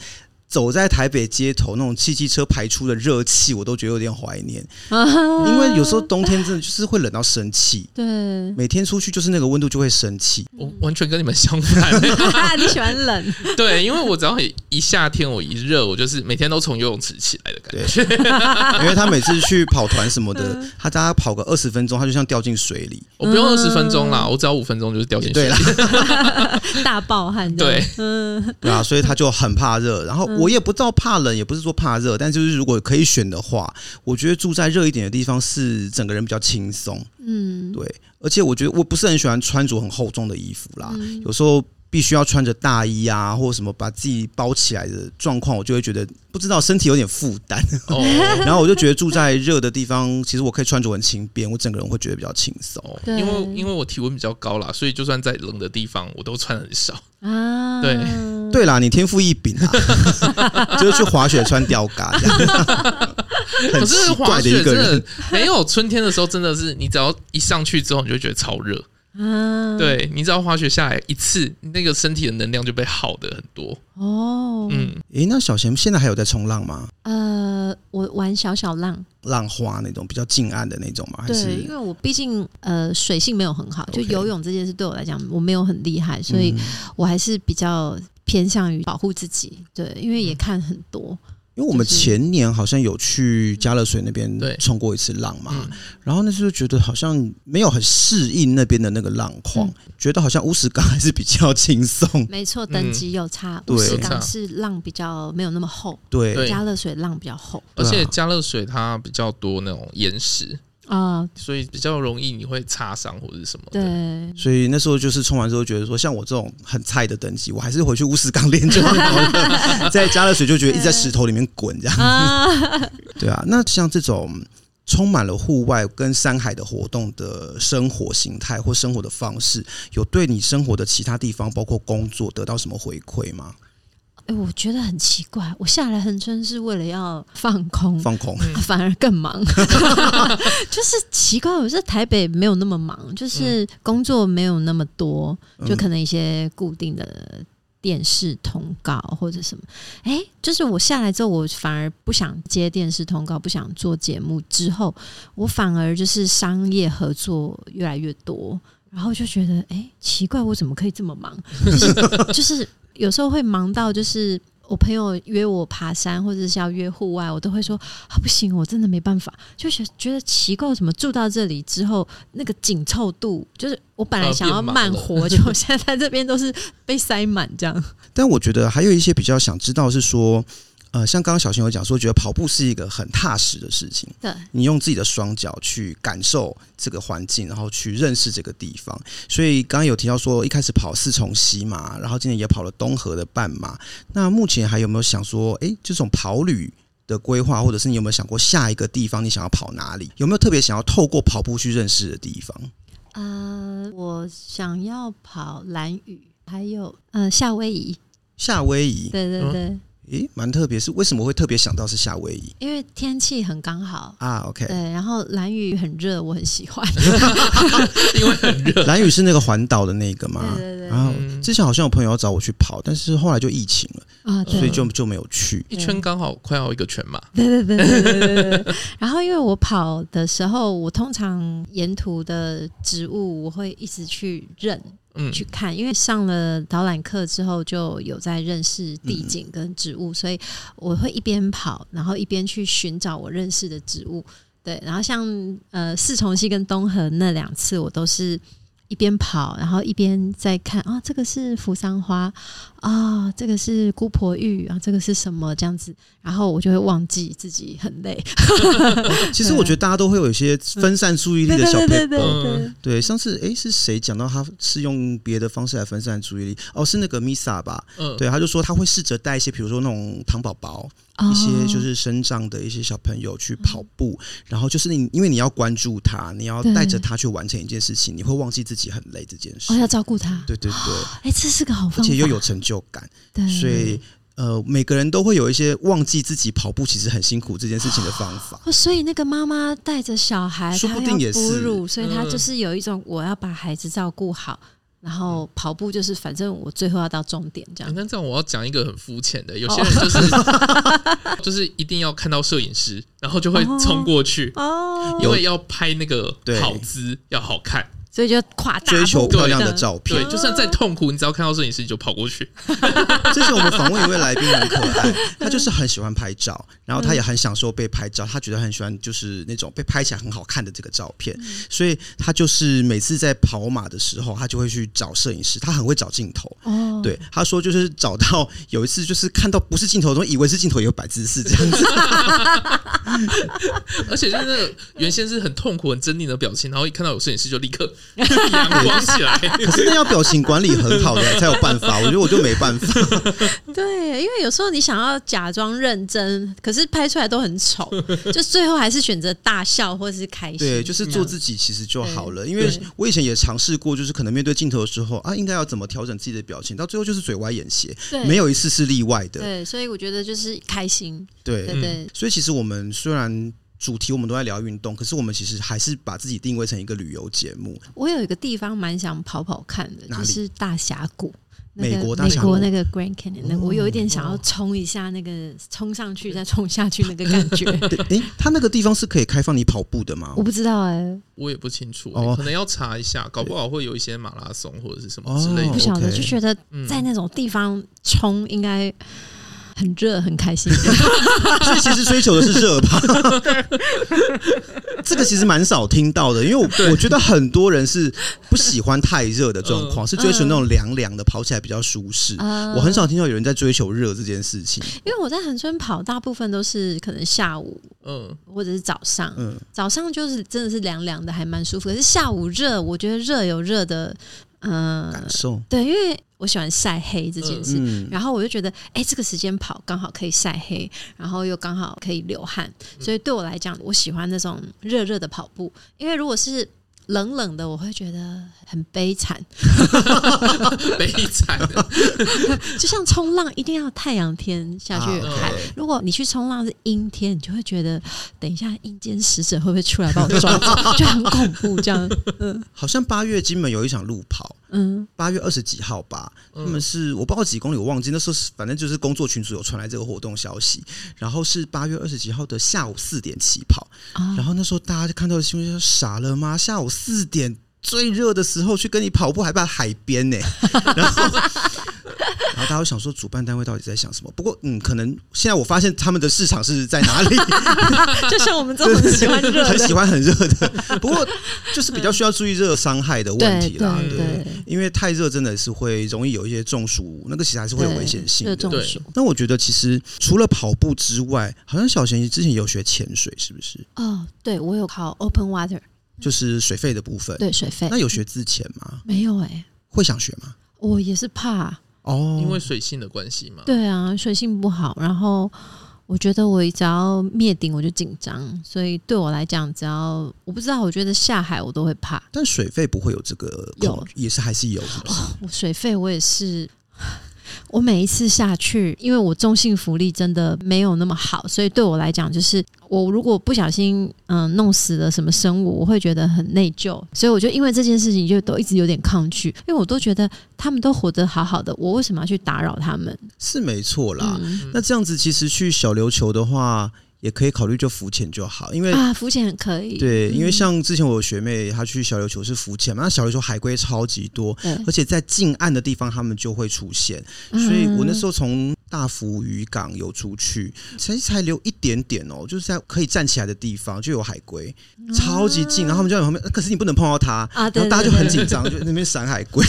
Speaker 2: 走在台北街头那种汽机车排出的热气，我都觉得有点怀念，
Speaker 3: 嗯
Speaker 2: 因为有时候冬天真的就是会冷到生气，
Speaker 3: 对，
Speaker 2: 每天出去就是那个温度就会生气。
Speaker 1: 我完全跟你们相反、
Speaker 3: 你喜欢 冷，
Speaker 1: 对，因为我只要一夏天我一热，我就是每天都从游泳池起来的感觉。
Speaker 2: 对，因为他每次去跑团什么
Speaker 3: 嗯
Speaker 2: 的，他大概跑个二十分钟，他就像掉进水里。
Speaker 1: 我不用二十分钟啦，我只要五分钟就是掉进去。
Speaker 2: 嗯对啦，
Speaker 3: 大暴汗。
Speaker 1: 对，
Speaker 3: 嗯，
Speaker 2: 对啊，所以他就很怕热。然后我也不知道怕冷，也不是说怕热，但就是如果可以选的话，我觉得住在热一点的地方是整个人比较轻松。
Speaker 3: 嗯，
Speaker 2: 对，而且我觉得我不是很喜欢穿着很厚重的衣服啦，
Speaker 3: 啊嗯
Speaker 2: 有时候。必须要穿着大衣啊，或者什么把自己包起来的状况，我就会觉得不知道身体有点负 担。
Speaker 1: 哦，
Speaker 2: 然后我就觉得住在热的地方，其实我可以穿着很轻便，我整个人会觉得比较轻松。
Speaker 1: 哦
Speaker 3: 对
Speaker 1: 因为因为我体温比较高啦，所以就算在冷的地方，我都穿很少。
Speaker 3: 啊，
Speaker 1: 对
Speaker 2: 对啦，你天赋异禀 啊，就是去滑雪穿吊嘎这样， 很
Speaker 1: 可是
Speaker 2: 奇
Speaker 1: 滑
Speaker 2: 怪
Speaker 1: 雪
Speaker 2: 一
Speaker 1: 真
Speaker 2: 个
Speaker 1: 的
Speaker 2: 人。
Speaker 1: 没有春天的时候，真的是你只要一上去之后，你就觉得超热。
Speaker 2: 嗯
Speaker 3: 啊，，
Speaker 1: 对，你只要滑雪下来一次，你那个身体的能量就被耗的很多。
Speaker 3: 哦，
Speaker 1: 嗯，
Speaker 2: 诶、那小贤现在还有在冲浪吗？
Speaker 3: 呃，我玩小小浪，
Speaker 2: 浪花那种比较近岸的那种吗？还
Speaker 3: 对，因
Speaker 2: 是
Speaker 3: 为我毕竟呃水性没有很好，就
Speaker 2: OK
Speaker 3: 游泳这件事对我来讲我没有很厉害，所
Speaker 2: 嗯
Speaker 3: 以我还是比较偏向于保护自己。对，因
Speaker 2: 嗯
Speaker 3: 为也看很多，
Speaker 2: 因为我们
Speaker 3: 就是
Speaker 2: 前年好像有去加勒水那边
Speaker 1: 对
Speaker 2: 冲过一次浪嘛，
Speaker 1: 嗯
Speaker 2: 然后那时候觉得好像没有很适应那边的那个浪况，
Speaker 3: 嗯
Speaker 2: 觉得好像乌石港还是比较轻松。
Speaker 3: 没错，
Speaker 1: 嗯
Speaker 3: 等级有差，
Speaker 2: 对
Speaker 3: 乌石
Speaker 1: 有差
Speaker 3: 港是浪比较没有那么厚，
Speaker 2: 对，
Speaker 1: 对
Speaker 3: 加热水浪比较厚
Speaker 1: 而
Speaker 2: 对啊
Speaker 1: 且加热水它比较多那种岩石，
Speaker 3: 啊、
Speaker 1: 所以比较容易你会擦伤或者是什么的。
Speaker 3: 对，
Speaker 2: 所以那时候就是冲完之后觉得说，像我这种很菜的等级，我还是回去乌石港练就好了。在加勒水就觉得一直在石头里面滚这样。对啊，那像这种充满了户外跟山海的活动的生活形态或生活的方式，有对你生活的其他地方，包括工作，得到什么回馈吗？
Speaker 3: 哎、我觉得很奇怪，我下来恒春是为了要放空，
Speaker 2: 放空，
Speaker 3: 反而更忙， 就是奇怪，我在台北没有那么忙，就是工作没有那么多，就可能一些固定的电视通告或者什么。哎、就是我下来之后，我反而不想接电视通告，不想做节目，之后我反而就是商业合作越来越多，然后就觉得哎、奇怪，我怎么可以这么忙？就是就是有时候会忙到就是。我朋友约我爬山，或者是要约户外，我都会说啊，不行，我真的没办法，就觉觉得奇怪，怎么住到这里之后，那个紧凑度，就是我本来
Speaker 1: 呃
Speaker 3: 想要
Speaker 1: 变满
Speaker 3: 慢
Speaker 1: 了
Speaker 3: 活，就我现在在这边都是被塞满这样。
Speaker 2: 但我觉得还有一些比较想知道是说。呃，像刚刚小贤有讲说，觉得跑步是一个很踏实的事情，
Speaker 3: 对，
Speaker 2: 你用自己的双脚去感受这个环境，然后去认识这个地方。所以刚刚有提到说，一开始跑四重溪嘛，然后今年也跑了东河的半马。那目前还有没有想说，诶，这种跑旅的规划，或者是你有没有想过下一个地方你想要跑哪里？有没有特别想要透过跑步去认识的地方？
Speaker 3: 呃，我想要跑蓝雨，还有呃夏威夷，
Speaker 2: 夏威夷，
Speaker 3: 对对
Speaker 1: 嗯
Speaker 3: 对，
Speaker 2: 诶，蛮特别，是为什么会特别想到是夏威夷
Speaker 3: 因为天气很刚好。
Speaker 2: 啊？OK，
Speaker 3: 对，然后蓝雨很热，我很喜欢。
Speaker 1: 因为很热。
Speaker 2: 蓝屿是那个环岛的那个吗？
Speaker 3: 对对对
Speaker 2: 然后
Speaker 1: 嗯
Speaker 2: 之前好像有朋友要找我去跑，但是后来就疫情了，
Speaker 3: 啊，对
Speaker 2: 所以就就没有去。
Speaker 1: 一圈刚好快要一个圈嘛，
Speaker 3: 对对对对对对对对。然后因为我跑的时候，我通常沿途的植物我会一直去认
Speaker 1: 嗯，
Speaker 3: 去看，因为上了导览课之后就有在认识
Speaker 2: 嗯
Speaker 3: 地景跟植物，所以我会一边跑，然后一边去寻找我认识的植物。对，然后像呃四重溪跟东河那两次，我都是一边跑，然后一边在看啊，这个是扶桑花啊、这个是姑婆玉啊，这个是什么这样子，然后我就会忘记自己很累。
Speaker 2: 其实我觉得大家都会有一些分散注意力
Speaker 3: 嗯对
Speaker 2: 的
Speaker 3: 对
Speaker 2: 小
Speaker 3: 对对
Speaker 2: paper。
Speaker 3: 对对
Speaker 1: 嗯
Speaker 2: 对，上次诶是谁讲到他是用别的方式来分散注意力？哦，是那个 Misa 吧？
Speaker 1: 嗯，
Speaker 2: 对，他就说他会试着带一些，比如说那种糖宝宝，
Speaker 3: 哦
Speaker 2: 嗯一些就是身障的一些小朋友去跑步，
Speaker 3: 嗯
Speaker 2: 然后就是你因为你要关注他，你要
Speaker 3: 对
Speaker 2: 带着他去完成一件事情，你会忘记自己很累这件事
Speaker 3: 哦哦。要照顾他，嗯
Speaker 2: 对对对，
Speaker 3: 哎，这是个好
Speaker 2: 而
Speaker 3: 方法，
Speaker 2: 且又有成就感。
Speaker 3: 对，
Speaker 2: 所以呃，每个人都会有一些忘记自己跑步其实很辛苦这件事情的方法。
Speaker 3: 哦，所以那个妈妈带着小孩，
Speaker 2: 说
Speaker 3: 她
Speaker 2: 不
Speaker 3: 要
Speaker 2: 定也
Speaker 3: 哺
Speaker 2: 是
Speaker 3: 乳，所以她
Speaker 1: 嗯
Speaker 3: 就是有一种我要把孩子照顾好，然
Speaker 2: 嗯
Speaker 3: 后跑步就是反正我最后要到终点这
Speaker 1: 欸
Speaker 3: 样。
Speaker 1: 那这样我要讲一个很肤浅的，有
Speaker 3: 哦
Speaker 1: 些人就是、 就是一定要看到摄影师，然后就会冲过去，
Speaker 3: 哦，
Speaker 1: 因为要拍那个
Speaker 2: 对
Speaker 1: 好姿要好看。
Speaker 3: 所以就跨大
Speaker 2: 追求
Speaker 3: 步
Speaker 2: 漂亮的照
Speaker 1: 对
Speaker 2: 片，，
Speaker 1: 就算再痛苦，你只要看到摄影师你就跑过去。
Speaker 2: 这次我们访问一位来宾很可爱，他就是很喜欢拍照，然后他也很享受被拍照，他觉得很喜欢就是那种被拍起来很好看的这个照
Speaker 3: 嗯
Speaker 2: 片，所以他就是每次在跑马的时候，他就会去找摄影师，他很会找镜头。
Speaker 3: 哦，
Speaker 2: 对，他说就是找到有一次就是看到不是镜头的东西，以为是镜头，有摆姿势这样 子。
Speaker 1: 而且就是那个原先是很痛苦、很狰狞的表情，然后一看到有摄影师就立刻 阳光起来。
Speaker 2: 可是那要表情管理很好哎的才有办法，我觉得我就没办 法。
Speaker 3: 对，因为有时候你想要假装认真，可是拍出来都 很丑，就最后还是选择大笑或是开心。
Speaker 2: 对，就是
Speaker 3: 这
Speaker 2: 做
Speaker 3: 样
Speaker 2: 自己其实就好了。
Speaker 3: 对
Speaker 2: 因为
Speaker 3: 对
Speaker 2: 我以前也尝试过，就是可能面对镜头的时候啊，应该要怎么调整自己的表情，到最后就是嘴歪眼斜，
Speaker 3: 对
Speaker 2: 没有一次是例外的。
Speaker 3: 对，所以我觉得就是开心，
Speaker 2: 对，嗯
Speaker 3: 对对，
Speaker 2: 所以其实我们虽然。主题我们都在聊运动，可是我们其实还是把自己定位成一个旅游节目。
Speaker 3: 我有一个地方蛮想跑跑看的，
Speaker 2: 哪里
Speaker 3: 就是大峡谷。那
Speaker 2: 美
Speaker 3: 个
Speaker 2: 国大
Speaker 3: 美
Speaker 2: 峡
Speaker 3: 国
Speaker 2: 谷哦
Speaker 3: 那个 Grand Canyon，那个我有一点想要冲一下那个冲上去再冲下去那个感 觉，
Speaker 2: 对，诶，它那个地方是可以开放你跑步的吗
Speaker 3: 我？不知道哎、
Speaker 1: 我也不清楚、欸
Speaker 2: 哦
Speaker 1: 可能要查一下，搞不好会有一些马拉松或者是什么
Speaker 2: 哦
Speaker 1: 之类
Speaker 3: 不
Speaker 1: 的。
Speaker 3: 晓得
Speaker 2: OK
Speaker 3: 就觉得
Speaker 1: 嗯
Speaker 3: 在那种地方冲应该很热很开 心。
Speaker 2: 所以其实追求的是热 吧。这个其实蛮少听到的，因为我我觉得很多人是不喜欢太热的状
Speaker 3: 嗯
Speaker 2: 况，是追求那种凉凉的，跑起来比较舒适。
Speaker 3: 啊
Speaker 2: 我很，少听到有人在追求热这件事情。
Speaker 3: 因为我在恒春跑，大部分都是可能下午
Speaker 2: 哦
Speaker 1: 嗯，
Speaker 3: 或者是早上，
Speaker 2: 嗯，
Speaker 3: 早上就是真的是凉凉的，还蛮舒服。可是下午热，我觉得热有热的，嗯、
Speaker 2: 感受，
Speaker 3: 对，因为我喜欢晒黑这件事，
Speaker 2: 嗯，
Speaker 3: 然后我就觉得，哎、这个时间跑刚好可以晒黑，然后又刚好可以流汗，
Speaker 2: 嗯
Speaker 3: 所以对我来讲，我喜欢那种热热的跑步，因为如果是。冷冷的，我会觉得很悲惨，
Speaker 1: 嗯悲惨。
Speaker 2: 哦
Speaker 3: 就像冲浪一定要太阳天下去
Speaker 2: 啊
Speaker 3: 海。如果你去冲浪是阴天，你就会觉得等一下阴间使者会不会出来把我抓 走，就很恐怖这样。
Speaker 2: 好像八月金门有一场路跑。
Speaker 3: 嗯，
Speaker 2: 八月二十几号吧，他
Speaker 1: 嗯
Speaker 2: 们是我不知道几公里，我忘记。那时候是反正就是工作群组有传来这个活动消息，然后是八月二十几号的下午四点起跑，
Speaker 3: 啊
Speaker 2: 然后那时候大家就看到新闻就说傻了吗？下午四点最热的时候去跟你跑步，还在海边呢、 然后。然后大家会想说，主办单位到底在想什么？不过，嗯，可能现在我发现他们的市场是在 哪里，
Speaker 3: 就像我们这
Speaker 2: 对
Speaker 3: 种喜欢热
Speaker 2: 很喜
Speaker 3: 的，
Speaker 2: 欢很热的。不过，就是比较需要注意热伤害的问
Speaker 3: 对
Speaker 2: 题啦，
Speaker 3: 对
Speaker 1: 对
Speaker 3: 对，
Speaker 2: 因为太热真的是会容易有一些中暑，那个其实还是会有
Speaker 3: 对
Speaker 2: 危险性
Speaker 3: 热
Speaker 2: 的。
Speaker 3: 中
Speaker 1: 对
Speaker 3: 暑。
Speaker 2: 那我觉得，其实除了跑步之外，好像小贤之前也有学潜水，是不是？
Speaker 3: 哦，对我有考 open water，
Speaker 2: 就是水费的部分。
Speaker 3: 对水费
Speaker 2: 那有学自潜吗？
Speaker 3: 没有哎、
Speaker 2: 会想学吗？
Speaker 3: 我也是怕，
Speaker 2: 哦，
Speaker 1: 因为水性的关系嘛。
Speaker 3: 对啊，水性不好，然后。我觉得我只要灭顶我就紧张，所以对我来讲，只要我不知道，我觉得下海我都会怕。
Speaker 2: 但水费不会有这个
Speaker 3: 有哦
Speaker 2: 恐，也是还是有，是不是？
Speaker 3: 我水费我也是， 我每一次下去，因为我中性浮力真的没有那么好，所以对我来讲，就是我如果不小心嗯、弄死了什么生物，我会觉得很内疚，所以我就因为这件事情就都一直有点抗拒，因为我都觉得他们都活得好好的，我为什么要去打扰他们？
Speaker 2: 是没错啦。
Speaker 3: 嗯
Speaker 2: 那这样子，其实去小琉球的话，也可以考虑就浮潜就好，因为、
Speaker 3: 啊，浮潜很可以，
Speaker 2: 对，
Speaker 3: 嗯
Speaker 2: 因为像之前我有学妹她去小琉球是浮潜嘛，那小琉球海龟超级多，
Speaker 3: 对
Speaker 2: 而且在近岸的地方它们就会出现，
Speaker 3: 嗯
Speaker 2: 所以我那时候从大福渔港游出去，才才留一点点哦，就是在可以站起来的地方就有海龟，
Speaker 3: 嗯
Speaker 2: 超级近，然后他们就在旁边，呃可是你不能碰到它，
Speaker 3: 啊，
Speaker 2: 然后
Speaker 3: 对对，
Speaker 2: 大家就很
Speaker 3: 对
Speaker 2: 紧张，就那边闪海龟，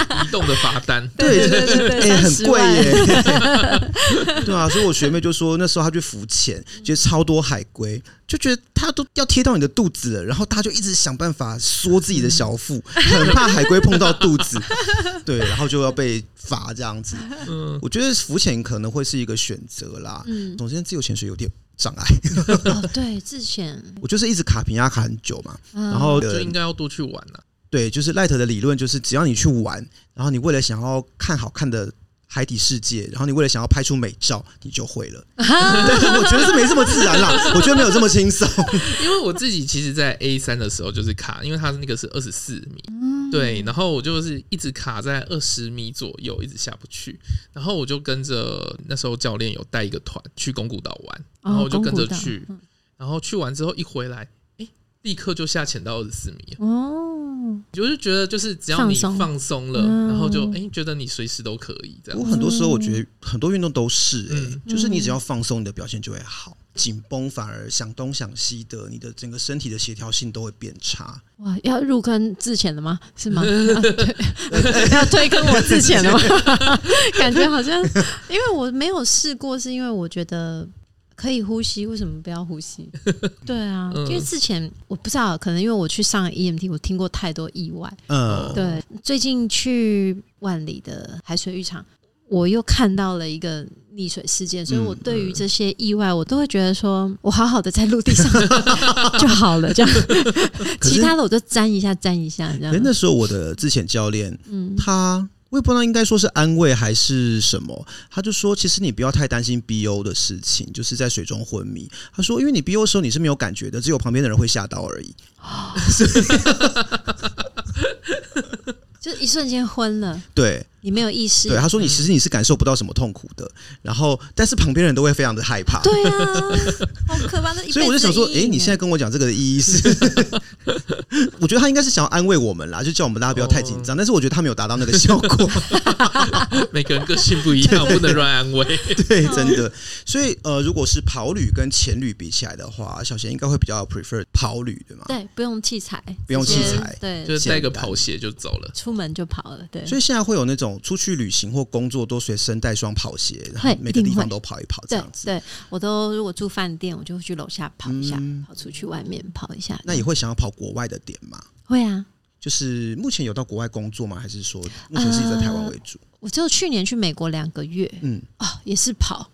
Speaker 3: 啊
Speaker 1: 移动的罚单。
Speaker 3: 对对对对
Speaker 2: 哎、
Speaker 3: 对
Speaker 2: 很
Speaker 3: 30
Speaker 2: 贵
Speaker 3: 万
Speaker 2: 耶，对啊，所以我学妹就说那时候她去浮潜，觉得超多海龟，就觉得它都要贴到你的肚子了，然后她就一直想办法缩自己的小腹， 很怕海龟碰到肚子，对，然后就要被罚这样子。
Speaker 1: 嗯，
Speaker 2: 我觉得浮潜可能会是一个选择啦，
Speaker 3: 嗯，
Speaker 2: 总之自由潜水有点障碍，嗯
Speaker 3: 哦，对，自潜，
Speaker 2: 我就是一直卡平压卡很久嘛，
Speaker 3: 嗯
Speaker 2: 然后、
Speaker 1: 就
Speaker 2: 呃
Speaker 1: 应该要多去玩啊。
Speaker 2: 对，就是赖特的理论就是只要你去玩，然后你为了想要看好看的。海底世界，然后你为了想要拍出美照，你就会了。对，我觉得是没这么自然啦，我觉得没有这么轻松。
Speaker 1: 因为我自己其实，在 A 三的时候就是卡，因为它那个是二十四米，
Speaker 3: 嗯
Speaker 1: 对，然后我就是一直卡在二十米左右，一直下不去。然后我就跟着那时候教练有带一个团去宫古岛玩，然后我就跟着去，
Speaker 3: 哦
Speaker 1: 然后去完之后一回来，哎，立刻就下潜到二十四米了。
Speaker 3: 哦，
Speaker 1: 就是觉得，就是只要你
Speaker 3: 放松
Speaker 1: 放松了，
Speaker 3: 嗯
Speaker 1: 然后就哎、觉得你随时都可以 这
Speaker 2: 我
Speaker 1: 样。
Speaker 2: 很多时候我觉得很多运动都是、欸，
Speaker 1: 嗯
Speaker 2: 就是你只要放松，你的表现就会好。紧绷反而想东想西的，你的整个身体的协调性都会变差。
Speaker 3: 哇，要入坑之前了吗？是吗？啊对要推坑我之前了吗？感觉好像，因为我没有试过，是因为我觉得可以呼吸，为什么不要 呼吸？对啊，
Speaker 1: 嗯
Speaker 3: 因为之前我不知道，可能因为我去上 EMT，我听过太多意外。
Speaker 2: 嗯，
Speaker 3: 对，最近去万里的海水浴场，我又看到了一个溺水事件，所以我对于这些意外，我都会觉得说，我好好的在陆地 上就好了，这样。
Speaker 2: 可是
Speaker 3: 其他的我就沾一下，沾一下，这
Speaker 2: 可是
Speaker 3: 样。
Speaker 2: 那时候我的之前教练，
Speaker 3: 嗯，
Speaker 2: 他我也不知道应该说是安慰还是什么，他就说其实你不要太担心 BO 的事情，就是在水中昏迷。他说，因为你 BO 的时候你是没有感觉的，只有旁边的人会吓到而已。
Speaker 3: 就是一瞬间昏了，
Speaker 2: 对
Speaker 3: 你没有意识。
Speaker 2: 对，他啊说你其实你是感受不到什么痛苦的，然后但是旁边人都会非常的害怕。
Speaker 3: 对啊，好可怕！那一辈子
Speaker 2: 所以我就想说，
Speaker 3: 的阴
Speaker 2: 诶，
Speaker 3: 影
Speaker 2: 你现在跟我讲这个的意义是， 我觉得他应该是想要安慰我们啦，就叫我们大家不要太紧
Speaker 3: 哦
Speaker 2: 张。但是我觉得他没有达到那个效果，
Speaker 1: 每个人个性不一 样，不能乱安慰。
Speaker 2: 对，真的。所以呃，如果是跑旅跟潜旅比起来的话，小贤应该会比较 prefer 跑旅，对吗？
Speaker 3: 对不用器材，
Speaker 2: 不用
Speaker 3: 直接
Speaker 2: 器材
Speaker 1: 就
Speaker 3: 对，
Speaker 1: 是带个跑鞋就走了。
Speaker 3: 出门就跑了，对。
Speaker 2: 所以现在会有那种出去旅行或工作都随身带双跑鞋，然后
Speaker 3: 会
Speaker 2: 每个
Speaker 3: 一定
Speaker 2: 地方
Speaker 3: 会
Speaker 2: 都跑一跑这
Speaker 3: 对
Speaker 2: 样子。
Speaker 3: 对，我都如果住饭店，我就会去楼下跑一下，跑出去外面跑一下。
Speaker 2: 嗯那也会想要跑国外的点吗？
Speaker 3: 会啊，
Speaker 2: 就是目前有到国外工作吗？还是说目前是以在台湾为主？
Speaker 3: 我就去年去美国两个月
Speaker 2: 嗯，
Speaker 3: 哦，也是跑，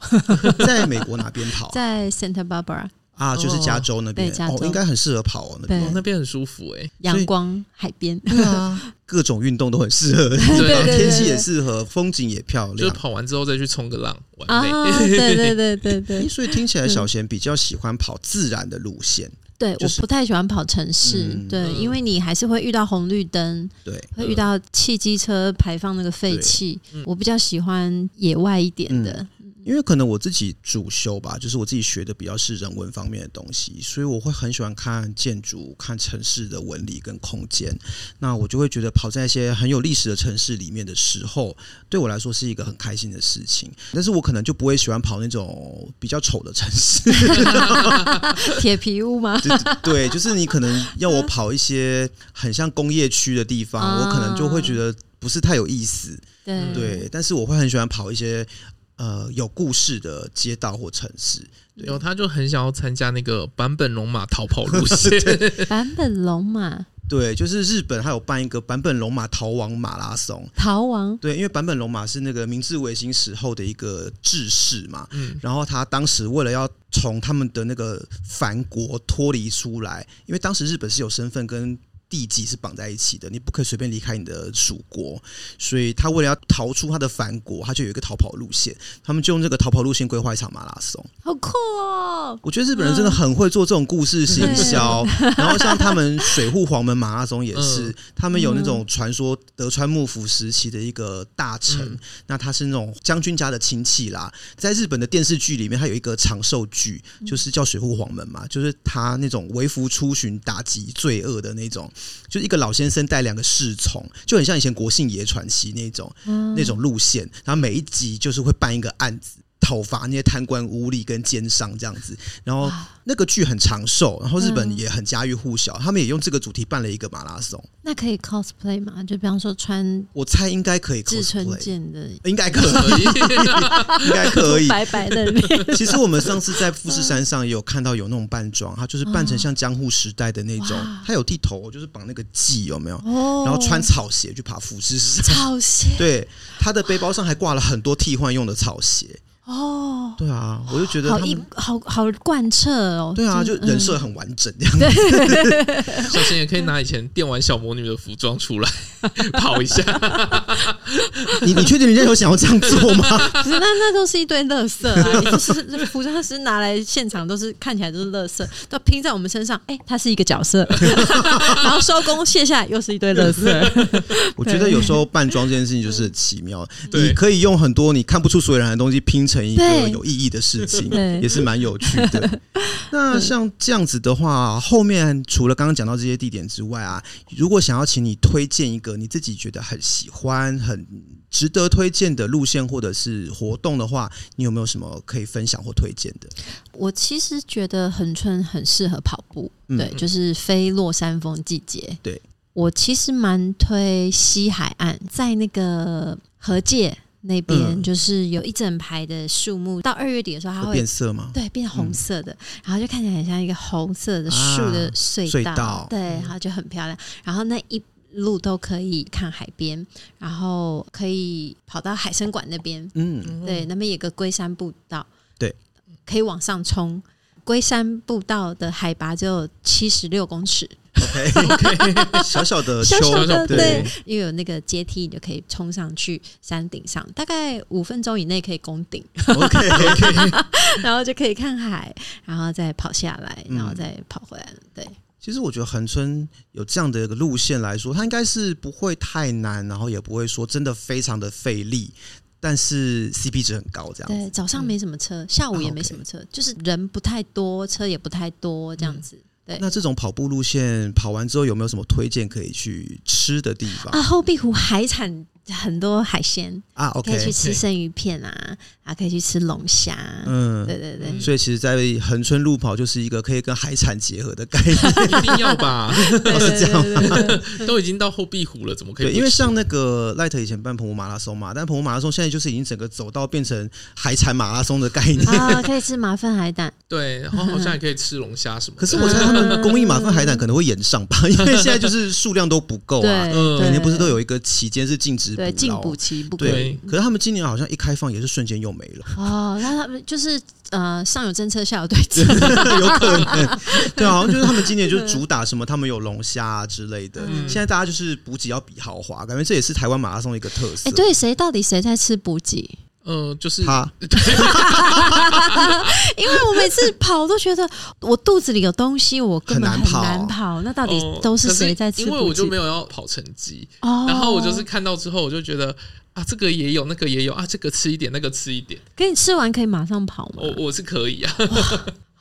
Speaker 2: 在美国哪边跑啊？
Speaker 3: 在 Santa Barbara
Speaker 2: 啊，就是加州那边
Speaker 3: 对加
Speaker 2: 哦，
Speaker 3: 州
Speaker 2: 应该很适合跑哦那边。
Speaker 1: 哦，那边很舒服 哎、
Speaker 3: 阳光海边，
Speaker 2: 对啊，各种运动都很适合，
Speaker 1: 对啊对
Speaker 3: 对
Speaker 2: 天气也适合，风景也漂
Speaker 1: 就是
Speaker 2: 亮。
Speaker 1: 跑完之后再去冲个浪，完
Speaker 3: 啊
Speaker 1: 美。，
Speaker 3: 对对对对
Speaker 2: 诶
Speaker 3: 对
Speaker 2: 所以听起来
Speaker 3: 嗯
Speaker 2: 小贤比较喜欢跑自然的路线，
Speaker 3: 对，
Speaker 2: 就
Speaker 3: 我
Speaker 2: 是
Speaker 3: 不太喜欢跑城市
Speaker 2: 嗯，
Speaker 3: 对，因为你还是会遇到红绿灯，
Speaker 2: 对，
Speaker 3: 会遇到汽机车排放那个废气
Speaker 1: 对嗯，
Speaker 3: 我比较喜欢野外一点的，
Speaker 2: 因为可能我自己主修吧，就是我自己学的比较是人文方面的东西，所以我会很喜欢看建筑、看城市的纹理跟空间。那我就会觉得跑在一些很有历史的城市里面的时候，对我来说是一个很开心的事情。但是我可能就不会喜欢跑那种比较丑的城市， 嗯
Speaker 3: 铁皮屋吗？
Speaker 2: 对，就是你可能要
Speaker 3: 嗯
Speaker 2: 我跑一些很像工业区的地方，
Speaker 3: 啊
Speaker 2: 我可能就会觉得不是太有意思。
Speaker 3: 对
Speaker 2: 对，但是我会很喜欢跑一些呃有故事的街道或城市。 对
Speaker 1: 然后他就很想要参加那个版本龙马逃跑路 线，
Speaker 3: 版本龙马
Speaker 2: 对，就是日本还有办一个版本龙马逃亡马拉松。
Speaker 3: 逃亡，
Speaker 2: 对，因为版本龙马是那个明治维新时候的一个志士嘛，
Speaker 1: 嗯，
Speaker 2: 然后他当时为了要从他们的那个藩国脱离出来，因为当时日本是有身份跟地籍是绑在一起的，你不可以随便离开你的属国，所以他为了要逃出他的藩国，他就有一个逃跑路线，他们就用这个逃跑路线规划一场马拉松。
Speaker 3: 好酷哦！
Speaker 2: 我觉得日本人真的很会做这种故事行销， 然后像他们水户黄门马拉松也是，
Speaker 1: 嗯
Speaker 2: 他们有那种传说德川幕府时期的一个大臣，
Speaker 1: 嗯
Speaker 2: 那他是那种将军家的亲戚啦。在日本的电视剧里面，他有一个长寿剧，就是叫水户黄门嘛，就是他那种为服出巡、打击罪恶的那种，就是一个老先生带两个侍从，就很像以前国姓爷传奇那种，
Speaker 3: 嗯
Speaker 2: 那种路线，然后每一集就是会办一个案子。讨伐那些贪官污吏跟奸商这样子，然后那个剧很长寿，然后日本
Speaker 3: 嗯
Speaker 2: 也很家喻户晓，他们也用这个主题办了一个马拉松，
Speaker 3: 那可以 cosplay 吗？就比方说穿
Speaker 2: 我猜应该可以
Speaker 3: 志村
Speaker 2: cosplay，
Speaker 3: 健的
Speaker 2: 应该可以，
Speaker 1: 可以
Speaker 2: 应该可 以。
Speaker 3: 白白的 脸，
Speaker 2: 其实我们上次在富士山上也有看到有那种扮装，它就是扮成像江户时代的那种
Speaker 3: 嗯哇，
Speaker 2: 它有地头，就是绑那个髻，有没有？
Speaker 3: 哦
Speaker 2: 然后穿草鞋去爬富士山。
Speaker 3: 草鞋
Speaker 2: 对，他的背包上还挂了很多替换用的草鞋。
Speaker 3: 哦，
Speaker 2: 对啊，我就觉得
Speaker 3: 好
Speaker 2: 他
Speaker 3: 一
Speaker 2: 们
Speaker 3: 好好贯彻哦。
Speaker 2: 对啊，就
Speaker 3: 真
Speaker 2: 人设很完整这样。
Speaker 1: 小贤也可以拿以前电玩小魔女的服装出来， 跑一 下，
Speaker 2: 你你确定人家有想要这样做吗？
Speaker 3: 可是那那都是一堆垃圾啊！你就是 那服装师拿来现场都是看起来都是垃圾，都拼在我们身上。哎、它是一个角色， 然后收工卸下来又是一堆垃圾。
Speaker 2: 我觉得有时候扮装这件事情就是很奇妙，
Speaker 1: 对
Speaker 2: 你可以用很多你看不出所以然的东西拼成一个
Speaker 3: 对
Speaker 2: 有意义的事情
Speaker 3: 对，
Speaker 2: 也是蛮有趣的。 那像这样子的话，后面除了刚刚讲到这些地点之外啊，如果想要请你推荐一个你自己觉得很喜欢、很值得推荐的路线或者是活动的话，你有没有什么可以分享或推荐的？
Speaker 3: 我其实觉得恒春很适合跑步，
Speaker 2: 嗯
Speaker 3: 对，就是非落山风季节。
Speaker 2: 对
Speaker 3: 我其实蛮推西海岸，在那个河界那边，
Speaker 2: 嗯
Speaker 3: 就是有一整排的树木，到二月底的时候它
Speaker 2: 有
Speaker 3: 会
Speaker 2: 变色吗？
Speaker 3: 对，变红色的，然后就看起来很像一个红色的树的
Speaker 2: 啊
Speaker 3: 隧
Speaker 2: 隧道嗯
Speaker 3: 对，然后就很漂亮。然后那一路都可以看海边，然后可以跑到海参馆那边，
Speaker 2: 嗯，
Speaker 3: 对，那边有个龟山步道，
Speaker 2: 对，
Speaker 3: 可以往上冲。龟山步道的海拔只有七十六公尺，
Speaker 2: 小小的丘
Speaker 3: 小，小
Speaker 1: 小
Speaker 3: 的
Speaker 1: 小
Speaker 2: 对
Speaker 3: 对，因为有那个阶梯，你就可以冲上去山顶上，大概五分钟以内可以攻顶。
Speaker 2: ，OK OK，
Speaker 3: 然后就可以看海，然后再跑下来，然
Speaker 2: 嗯
Speaker 3: 后再跑回来。对，
Speaker 2: 其实我觉得恒春有这样的一个路线来说，它应该是不会太难，然后也不会说真的非常的费力，但是 CP 值很高这样子。
Speaker 3: 对，早上没什么车，下午也没什么车，就是人不太多，车也不太多，这样子。对
Speaker 2: 那这种跑步路线跑完之后，有没有什么推荐可以去吃的地方
Speaker 3: 啊，后壁湖海产很多海鲜，
Speaker 2: 啊
Speaker 3: 可以去
Speaker 2: ？OK，
Speaker 3: 吃生鱼片啊，啊，可以去吃龙虾。
Speaker 2: 嗯，
Speaker 3: 对对对，
Speaker 2: 所以其实，在恒春路跑就是一个可以跟海产结合的概 念。
Speaker 1: 一定要吧？
Speaker 3: 对对对对对对
Speaker 1: 都已经到后壁湖了，怎么可以
Speaker 2: 对，
Speaker 1: 不吃？
Speaker 2: 因为像那个赖特以前办澎湖马拉松嘛，但澎湖马拉松现在就是已经整个走到变成海产马拉松的概念。
Speaker 3: 啊，可以吃马粪海胆。
Speaker 1: 对，然后好像也可以吃龙虾什么的。
Speaker 2: 可是我猜他们工艺马粪海胆可能会延上吧，因为现在就是数量都不够啊。
Speaker 3: 对，
Speaker 1: 嗯
Speaker 3: 对
Speaker 2: 每年不是都有一个期间是禁止捕
Speaker 3: 对禁
Speaker 2: 捞啊
Speaker 3: 捕期不可以。
Speaker 2: 对，可是他们今年好像一开放也是瞬间又没了，
Speaker 3: 哦，那他们就是呃，上有政策，下有对策。
Speaker 2: 有可能。对，啊好像就是他们今年就是主打什么，他们有龙虾啊之类的。
Speaker 1: 嗯
Speaker 2: 现在大家就是补给要比豪华，感觉这也是台湾马拉松一个特色。
Speaker 3: 哎，对，谁到底谁在吃补给？
Speaker 1: 嗯，就是
Speaker 2: 他
Speaker 3: 因为我每次跑都觉得我肚子里有东西，我根本
Speaker 2: 很
Speaker 3: 很
Speaker 2: 难跑
Speaker 3: 难跑。那到底
Speaker 1: 哦
Speaker 3: 都是
Speaker 1: 可
Speaker 3: 谁在吃补
Speaker 1: 因
Speaker 3: 给？
Speaker 1: 为我就没有要跑成绩，
Speaker 3: 哦，
Speaker 1: 然后我就是看到之后，我就觉得啊，这个也有，那个也有啊，这个吃一点，那个吃一点，
Speaker 3: 可你吃完可以马上跑吗
Speaker 1: 我？我是可 以啊。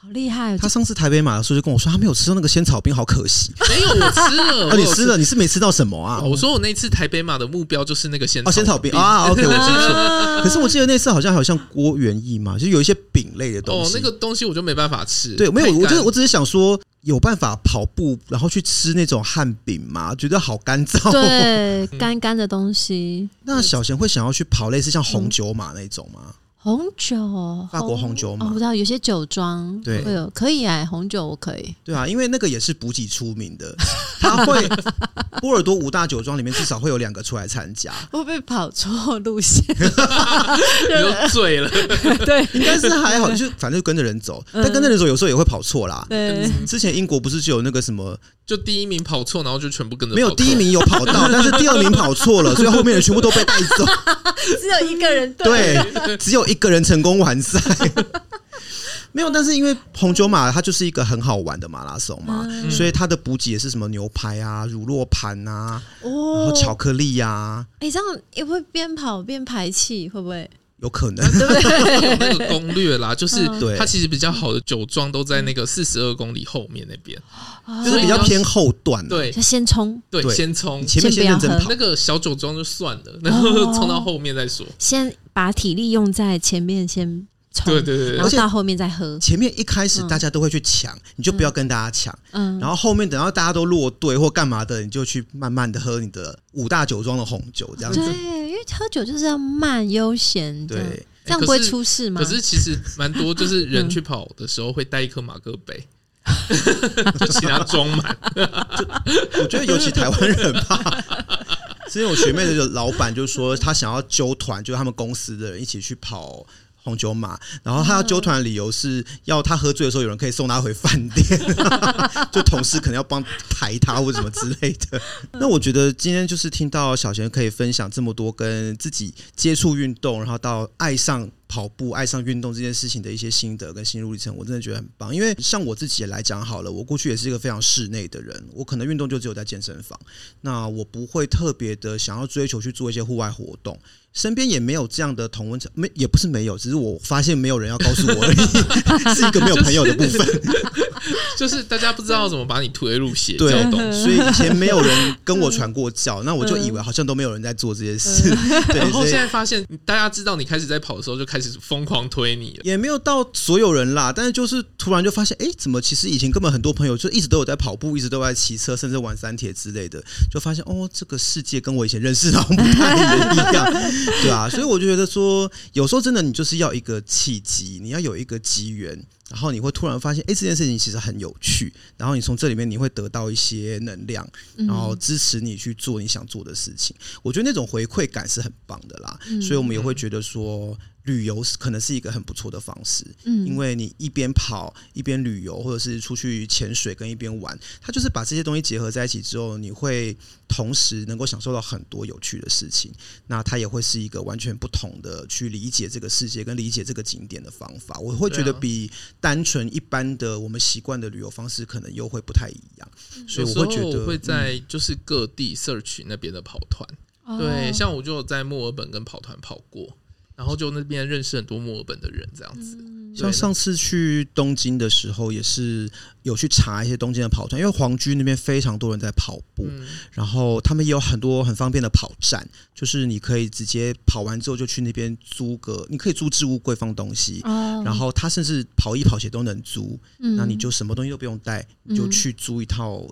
Speaker 3: 好厉害！哦
Speaker 2: 他上次台北马的时候就跟我说，他没有吃到那个仙草冰，好可惜。
Speaker 1: 没有，我吃了， 哦
Speaker 2: 啊，
Speaker 1: 我
Speaker 2: 你
Speaker 1: 有
Speaker 2: 吃了，你是没吃到什么啊
Speaker 1: 啊。？我说我那次台北马的目标就是那个仙
Speaker 2: 哦，仙草冰
Speaker 1: 饼
Speaker 2: 啊，OK，我记错。
Speaker 3: 啊
Speaker 2: 可是我记得那次好像好像郭元义嘛，就有一些饼类的东
Speaker 1: 哦，
Speaker 2: 西。
Speaker 1: 那个东西我就没办法吃。
Speaker 2: 对，没
Speaker 1: 太
Speaker 2: 有，我
Speaker 1: 干
Speaker 2: 就我只是想说，有办法跑步然后去吃那种汉饼吗？觉得好干燥。，
Speaker 3: 啊对干干的东西，
Speaker 2: 那小贤会想要去跑类似像红酒马那种吗？
Speaker 3: 红酒，
Speaker 2: 法国红酒嘛
Speaker 3: 嗯哦我不知道有些酒庄
Speaker 2: 对
Speaker 3: 会有可以哎，红酒我可以。
Speaker 2: 对啊，因为那个也是补给出名的，他会波尔多五大酒庄里面至少会有两个出来参加，
Speaker 3: 会不会跑错路线？
Speaker 1: 你就醉了，
Speaker 3: 对
Speaker 2: 应该是还好，就是反正就跟着人走，但跟着人走有时候也会跑错啦。
Speaker 3: 对，
Speaker 2: 之前英国不是就有那个什么
Speaker 1: 就第一名跑错，然后就全部跟着
Speaker 2: 没有
Speaker 1: 跑错
Speaker 2: 第一，名有跑到， 但是第二名跑错了，所以后面的人全部都被带 走。
Speaker 3: 只有一个人
Speaker 2: 对，只有一个人成功完赛。 没有，但是因为红酒马它就是一个很好玩的马拉松嘛，
Speaker 1: 嗯
Speaker 2: 所以它的补给也是什么牛排啊、乳酪盘啊，然
Speaker 3: 哦
Speaker 2: 后，巧克力啊，
Speaker 3: 哎，这样也会边跑边排气，会不会？
Speaker 2: 有可能。
Speaker 3: 对不对？
Speaker 1: 有 那个攻略 啦，就是
Speaker 3: 嗯
Speaker 2: 对
Speaker 1: 它其实比较好的酒庄都在那个四十二公里后面那边。哦
Speaker 2: 就是比较偏后段、啊，
Speaker 1: 对
Speaker 3: 就先冲，
Speaker 1: 对，
Speaker 2: 对
Speaker 1: 先冲
Speaker 2: 你前面先
Speaker 3: 先不要
Speaker 2: 认真
Speaker 3: 喝
Speaker 2: 跑
Speaker 1: 那。个小酒庄就算
Speaker 3: 哦
Speaker 1: 了，然后冲到后面再说。
Speaker 3: 先把体力用在前面，先冲，
Speaker 1: 对对对对
Speaker 3: 然后到后面再喝。
Speaker 2: 前面一开始
Speaker 3: 嗯
Speaker 2: 大家都会去抢，你就不要跟大家抢。
Speaker 3: 嗯，
Speaker 2: 然后后面等到大家都落队或干嘛的，你就去慢慢的喝你的五大酒庄的红酒，这样子。
Speaker 3: 对，因为喝酒就是要慢悠闲，这样
Speaker 2: 对，欸
Speaker 3: 这样
Speaker 1: 可
Speaker 3: 不会
Speaker 1: 是
Speaker 3: 出事吗？
Speaker 1: 可是其实蛮多，就是人去跑的时候会带一颗马克 杯，就请他装满。
Speaker 2: 我觉得尤其台湾人吧。之前我学妹的老板就说，他想要揪团，就是他们公司的人一起去跑红酒马，然后他要纠团的理由是要他喝醉的时候有人可以送他回饭店，就同事可能要帮抬他或什么之类的。那我觉得今天就是听到小贤可以分享这么多跟自己接触运动，然后到爱上。跑步爱上运动这件事情的一些心得跟心路历程，我真的觉得很棒。因为像我自己来讲好了，我过去也是一个非常室内的人，我可能运动就只有在健身房，那我不会特别的想要追求去做一些户外活动，身边也没有这样的同温层，没也不是没有，只是我发现没有人要告诉我而已， 是一个没有朋友的部分。
Speaker 1: 就是大家不知道怎么把你推入邪教
Speaker 2: 对
Speaker 1: 懂，
Speaker 2: 所以以前没有人跟我传 过教，那我就以为好像都没有人在做这些事。 对，
Speaker 1: 嗯然后
Speaker 2: 所以
Speaker 1: 现在发现大家知道你开始在跑的时候，就开始疯狂推你了。
Speaker 2: 也没有到所有人啦，但是就是突然就发现，哎、怎么其实以前根本很多朋友就一直都有在跑步，一直都有在骑车，甚至玩三铁之类的，就发现哦，这个世界跟我以前认识的好像不太一样， 对啊，所以我就觉得说，有时候真的你就是要一个契机，你要有一个机缘。然后你会突然发现，哎，这件事情其实很有趣。然后你从这里面你会得到一些能量，
Speaker 3: 嗯
Speaker 2: 然后
Speaker 1: 嗯
Speaker 2: 支持你去做你想做的事情。我觉得那种回馈感是很棒的啦，
Speaker 3: 嗯
Speaker 1: 嗯
Speaker 2: 所以我们也会觉得说，旅游是可能是一个很不错的方式，
Speaker 3: 嗯
Speaker 2: 因为你一边跑一边旅游，或者是出去潜水跟一边玩，它就是把这些东西结合在一起之后，你会同时能够享受到很多有趣的事情。那它也会是一个完全不同的去理解这个世界跟理解这个景点的方法。我会觉得
Speaker 1: 对啊
Speaker 2: 比单纯一般的我们习惯的旅游方式，可能又会不太一样。所
Speaker 1: 有
Speaker 2: 以我
Speaker 1: 时候
Speaker 2: 会觉得嗯
Speaker 1: 我会在就是各地 search 那边的跑团，
Speaker 3: 哦
Speaker 2: 哦
Speaker 1: 对，像我就有在墨尔本跟跑团跑过，然后就那边认识很多墨尔本的人，这样子。
Speaker 2: 嗯像上次去东京的时候，也是有去查一些东京的跑团，因为皇居那边非常多人在跑步，
Speaker 1: 嗯，
Speaker 2: 然后他们也有很多很方便的跑站，就是你可以直接跑完之后就去那边租个，你可以租置物柜放东西。
Speaker 3: 哦，
Speaker 2: 然后他甚至跑衣跑鞋都能租，
Speaker 3: 嗯
Speaker 2: 那你就什么东西都不用带，你就
Speaker 3: 嗯
Speaker 2: 去租一套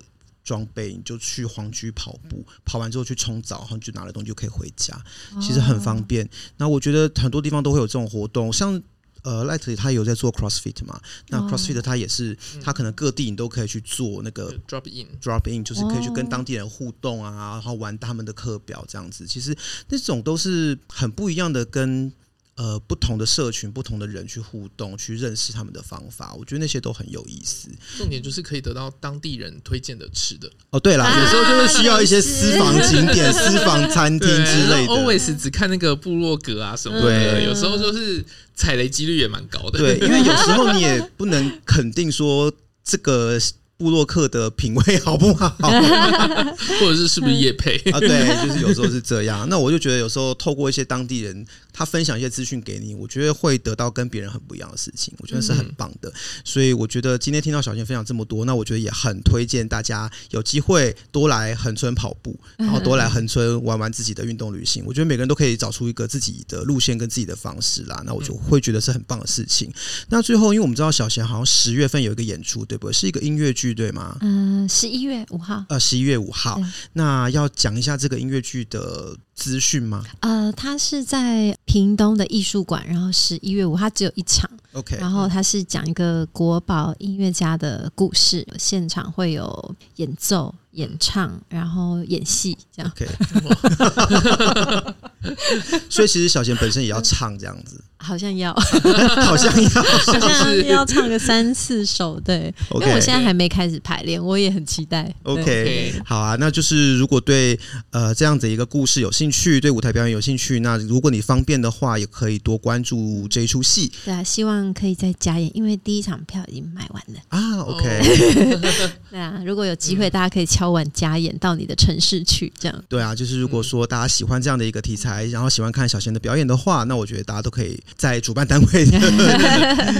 Speaker 2: 装备，你就去皇居跑步，跑完之后去冲澡，然后就拿了东西就可以回家。其
Speaker 3: 哦
Speaker 2: 实很方便。那我觉得很多地方都会有这种活动，像。呃，Light 他有在做 CrossFit 嘛？那
Speaker 3: 哦
Speaker 2: CrossFit 他也是，他可能各地你都可以去做那个
Speaker 3: 嗯
Speaker 1: 就 drop in，
Speaker 2: drop in，就是可以去跟
Speaker 3: 哦
Speaker 2: 当地人互动啊，然后玩他们的课表这样子。其实那种都是很不一样的跟。呃，不同的社群、不同的人去互动、去认识他们的方法，我觉得那些都很有意思。
Speaker 1: 重点就是可以得到当地人推荐的吃的，
Speaker 2: 哦，对啦，
Speaker 3: 啊
Speaker 2: 有时候就会需要一些私房景点、私房餐厅
Speaker 1: 对
Speaker 2: 之
Speaker 1: 然
Speaker 2: 类
Speaker 1: 后
Speaker 2: 的。
Speaker 1: Always 只看那个部落格啊什么的，
Speaker 2: 对
Speaker 1: 有时候就是踩雷几率也蛮高的。
Speaker 2: 对，因为有时候你也不能肯定说这个布洛克的品味好不好啊？
Speaker 1: 或者是是不是夜配？
Speaker 2: 对，就是有时候是这样。那我就觉得有时候透过一些当地人，他分享一些资讯给你，我觉得会得到跟别人很不一样的事情，我觉得是很棒的。所以我觉得今天听到小贤分享这么多，那我觉得也很推荐大家有机会多来恒春跑步，然后多来恒春玩玩自己的运动旅行。我觉得每个人都可以找出一个自己的路线跟自己的方式啦。那我就会觉得是很棒的事情。那最后，因为我们知道小贤好像十月份有一个演出，对不对？是一个音乐剧，对吗？
Speaker 3: 嗯，十一月五号，
Speaker 2: 呃，十一月五号
Speaker 3: 对，
Speaker 2: 那要讲一下这个音乐剧的资讯吗
Speaker 3: 呃，它是在屏东的艺术馆，然后十一月五，它只有一场，
Speaker 2: ？OK，
Speaker 3: 然后它是讲一个国宝音乐家的故事，现场会有演奏、演唱，然后演戏这样。
Speaker 2: OK，所以其实小贤本身
Speaker 3: 嗯
Speaker 2: 也要唱这样子，
Speaker 3: 好像要，
Speaker 2: 好像 要
Speaker 3: 好像
Speaker 1: 是
Speaker 3: 要唱个三四首，对因为我
Speaker 2: OK
Speaker 3: 现在还没开始排练，我也很期待。对
Speaker 2: OK，好啊，那就是如果对呃这样子一个故事有兴趣，对舞台表演有兴趣，那如果你方便的话，也可以多关注这一出戏
Speaker 3: 对啊，希望可以再加演，因为第一场票已经卖完了。
Speaker 2: 啊。
Speaker 1: 哦
Speaker 2: OK，、
Speaker 3: 对啊，如果有机会，大家可以敲碗加演到你的城市去，这样。
Speaker 2: 对啊，就是如果说大家喜欢这样的一个题材，
Speaker 3: 嗯
Speaker 2: 然后喜欢看小贤的表演的话，那我觉得大家都可以在主办单位 的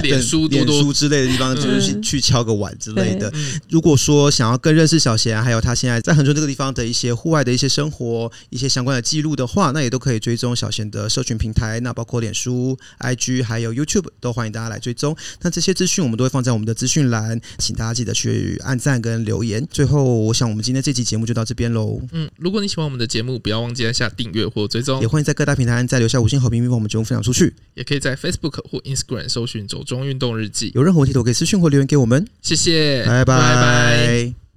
Speaker 1: 脸书多
Speaker 2: 脸
Speaker 1: 多
Speaker 2: 书之类的地方，就是
Speaker 3: 嗯
Speaker 2: 去敲个碗之类的
Speaker 1: 对嗯。
Speaker 2: 如果说想要更认识小贤，还有他现在在恒春这个地方的一些户外的一些生活、一些相关的记录的话，那也都可以追踪小贤的社群平台，那包括脸书、IG 还有 YouTube，都欢迎大家来追踪。那这些资讯我们都会放在我们的资讯栏，请大家记得去按赞跟留言。最后，我想我们今天这期节目就到这边喽。
Speaker 1: 嗯，如果你喜欢我们的节目，不要忘记按下订阅或追踪
Speaker 2: 也，欢迎在各大平台按赞留下五星好评，并把我们节目分享出去。
Speaker 1: 也可以在 Facebook 或 Instagram 搜寻“走中运动日记
Speaker 2: 有任何问题都可以私讯或留言给我们。”。
Speaker 1: 谢谢，
Speaker 2: 哎拜
Speaker 1: 拜拜
Speaker 2: 拜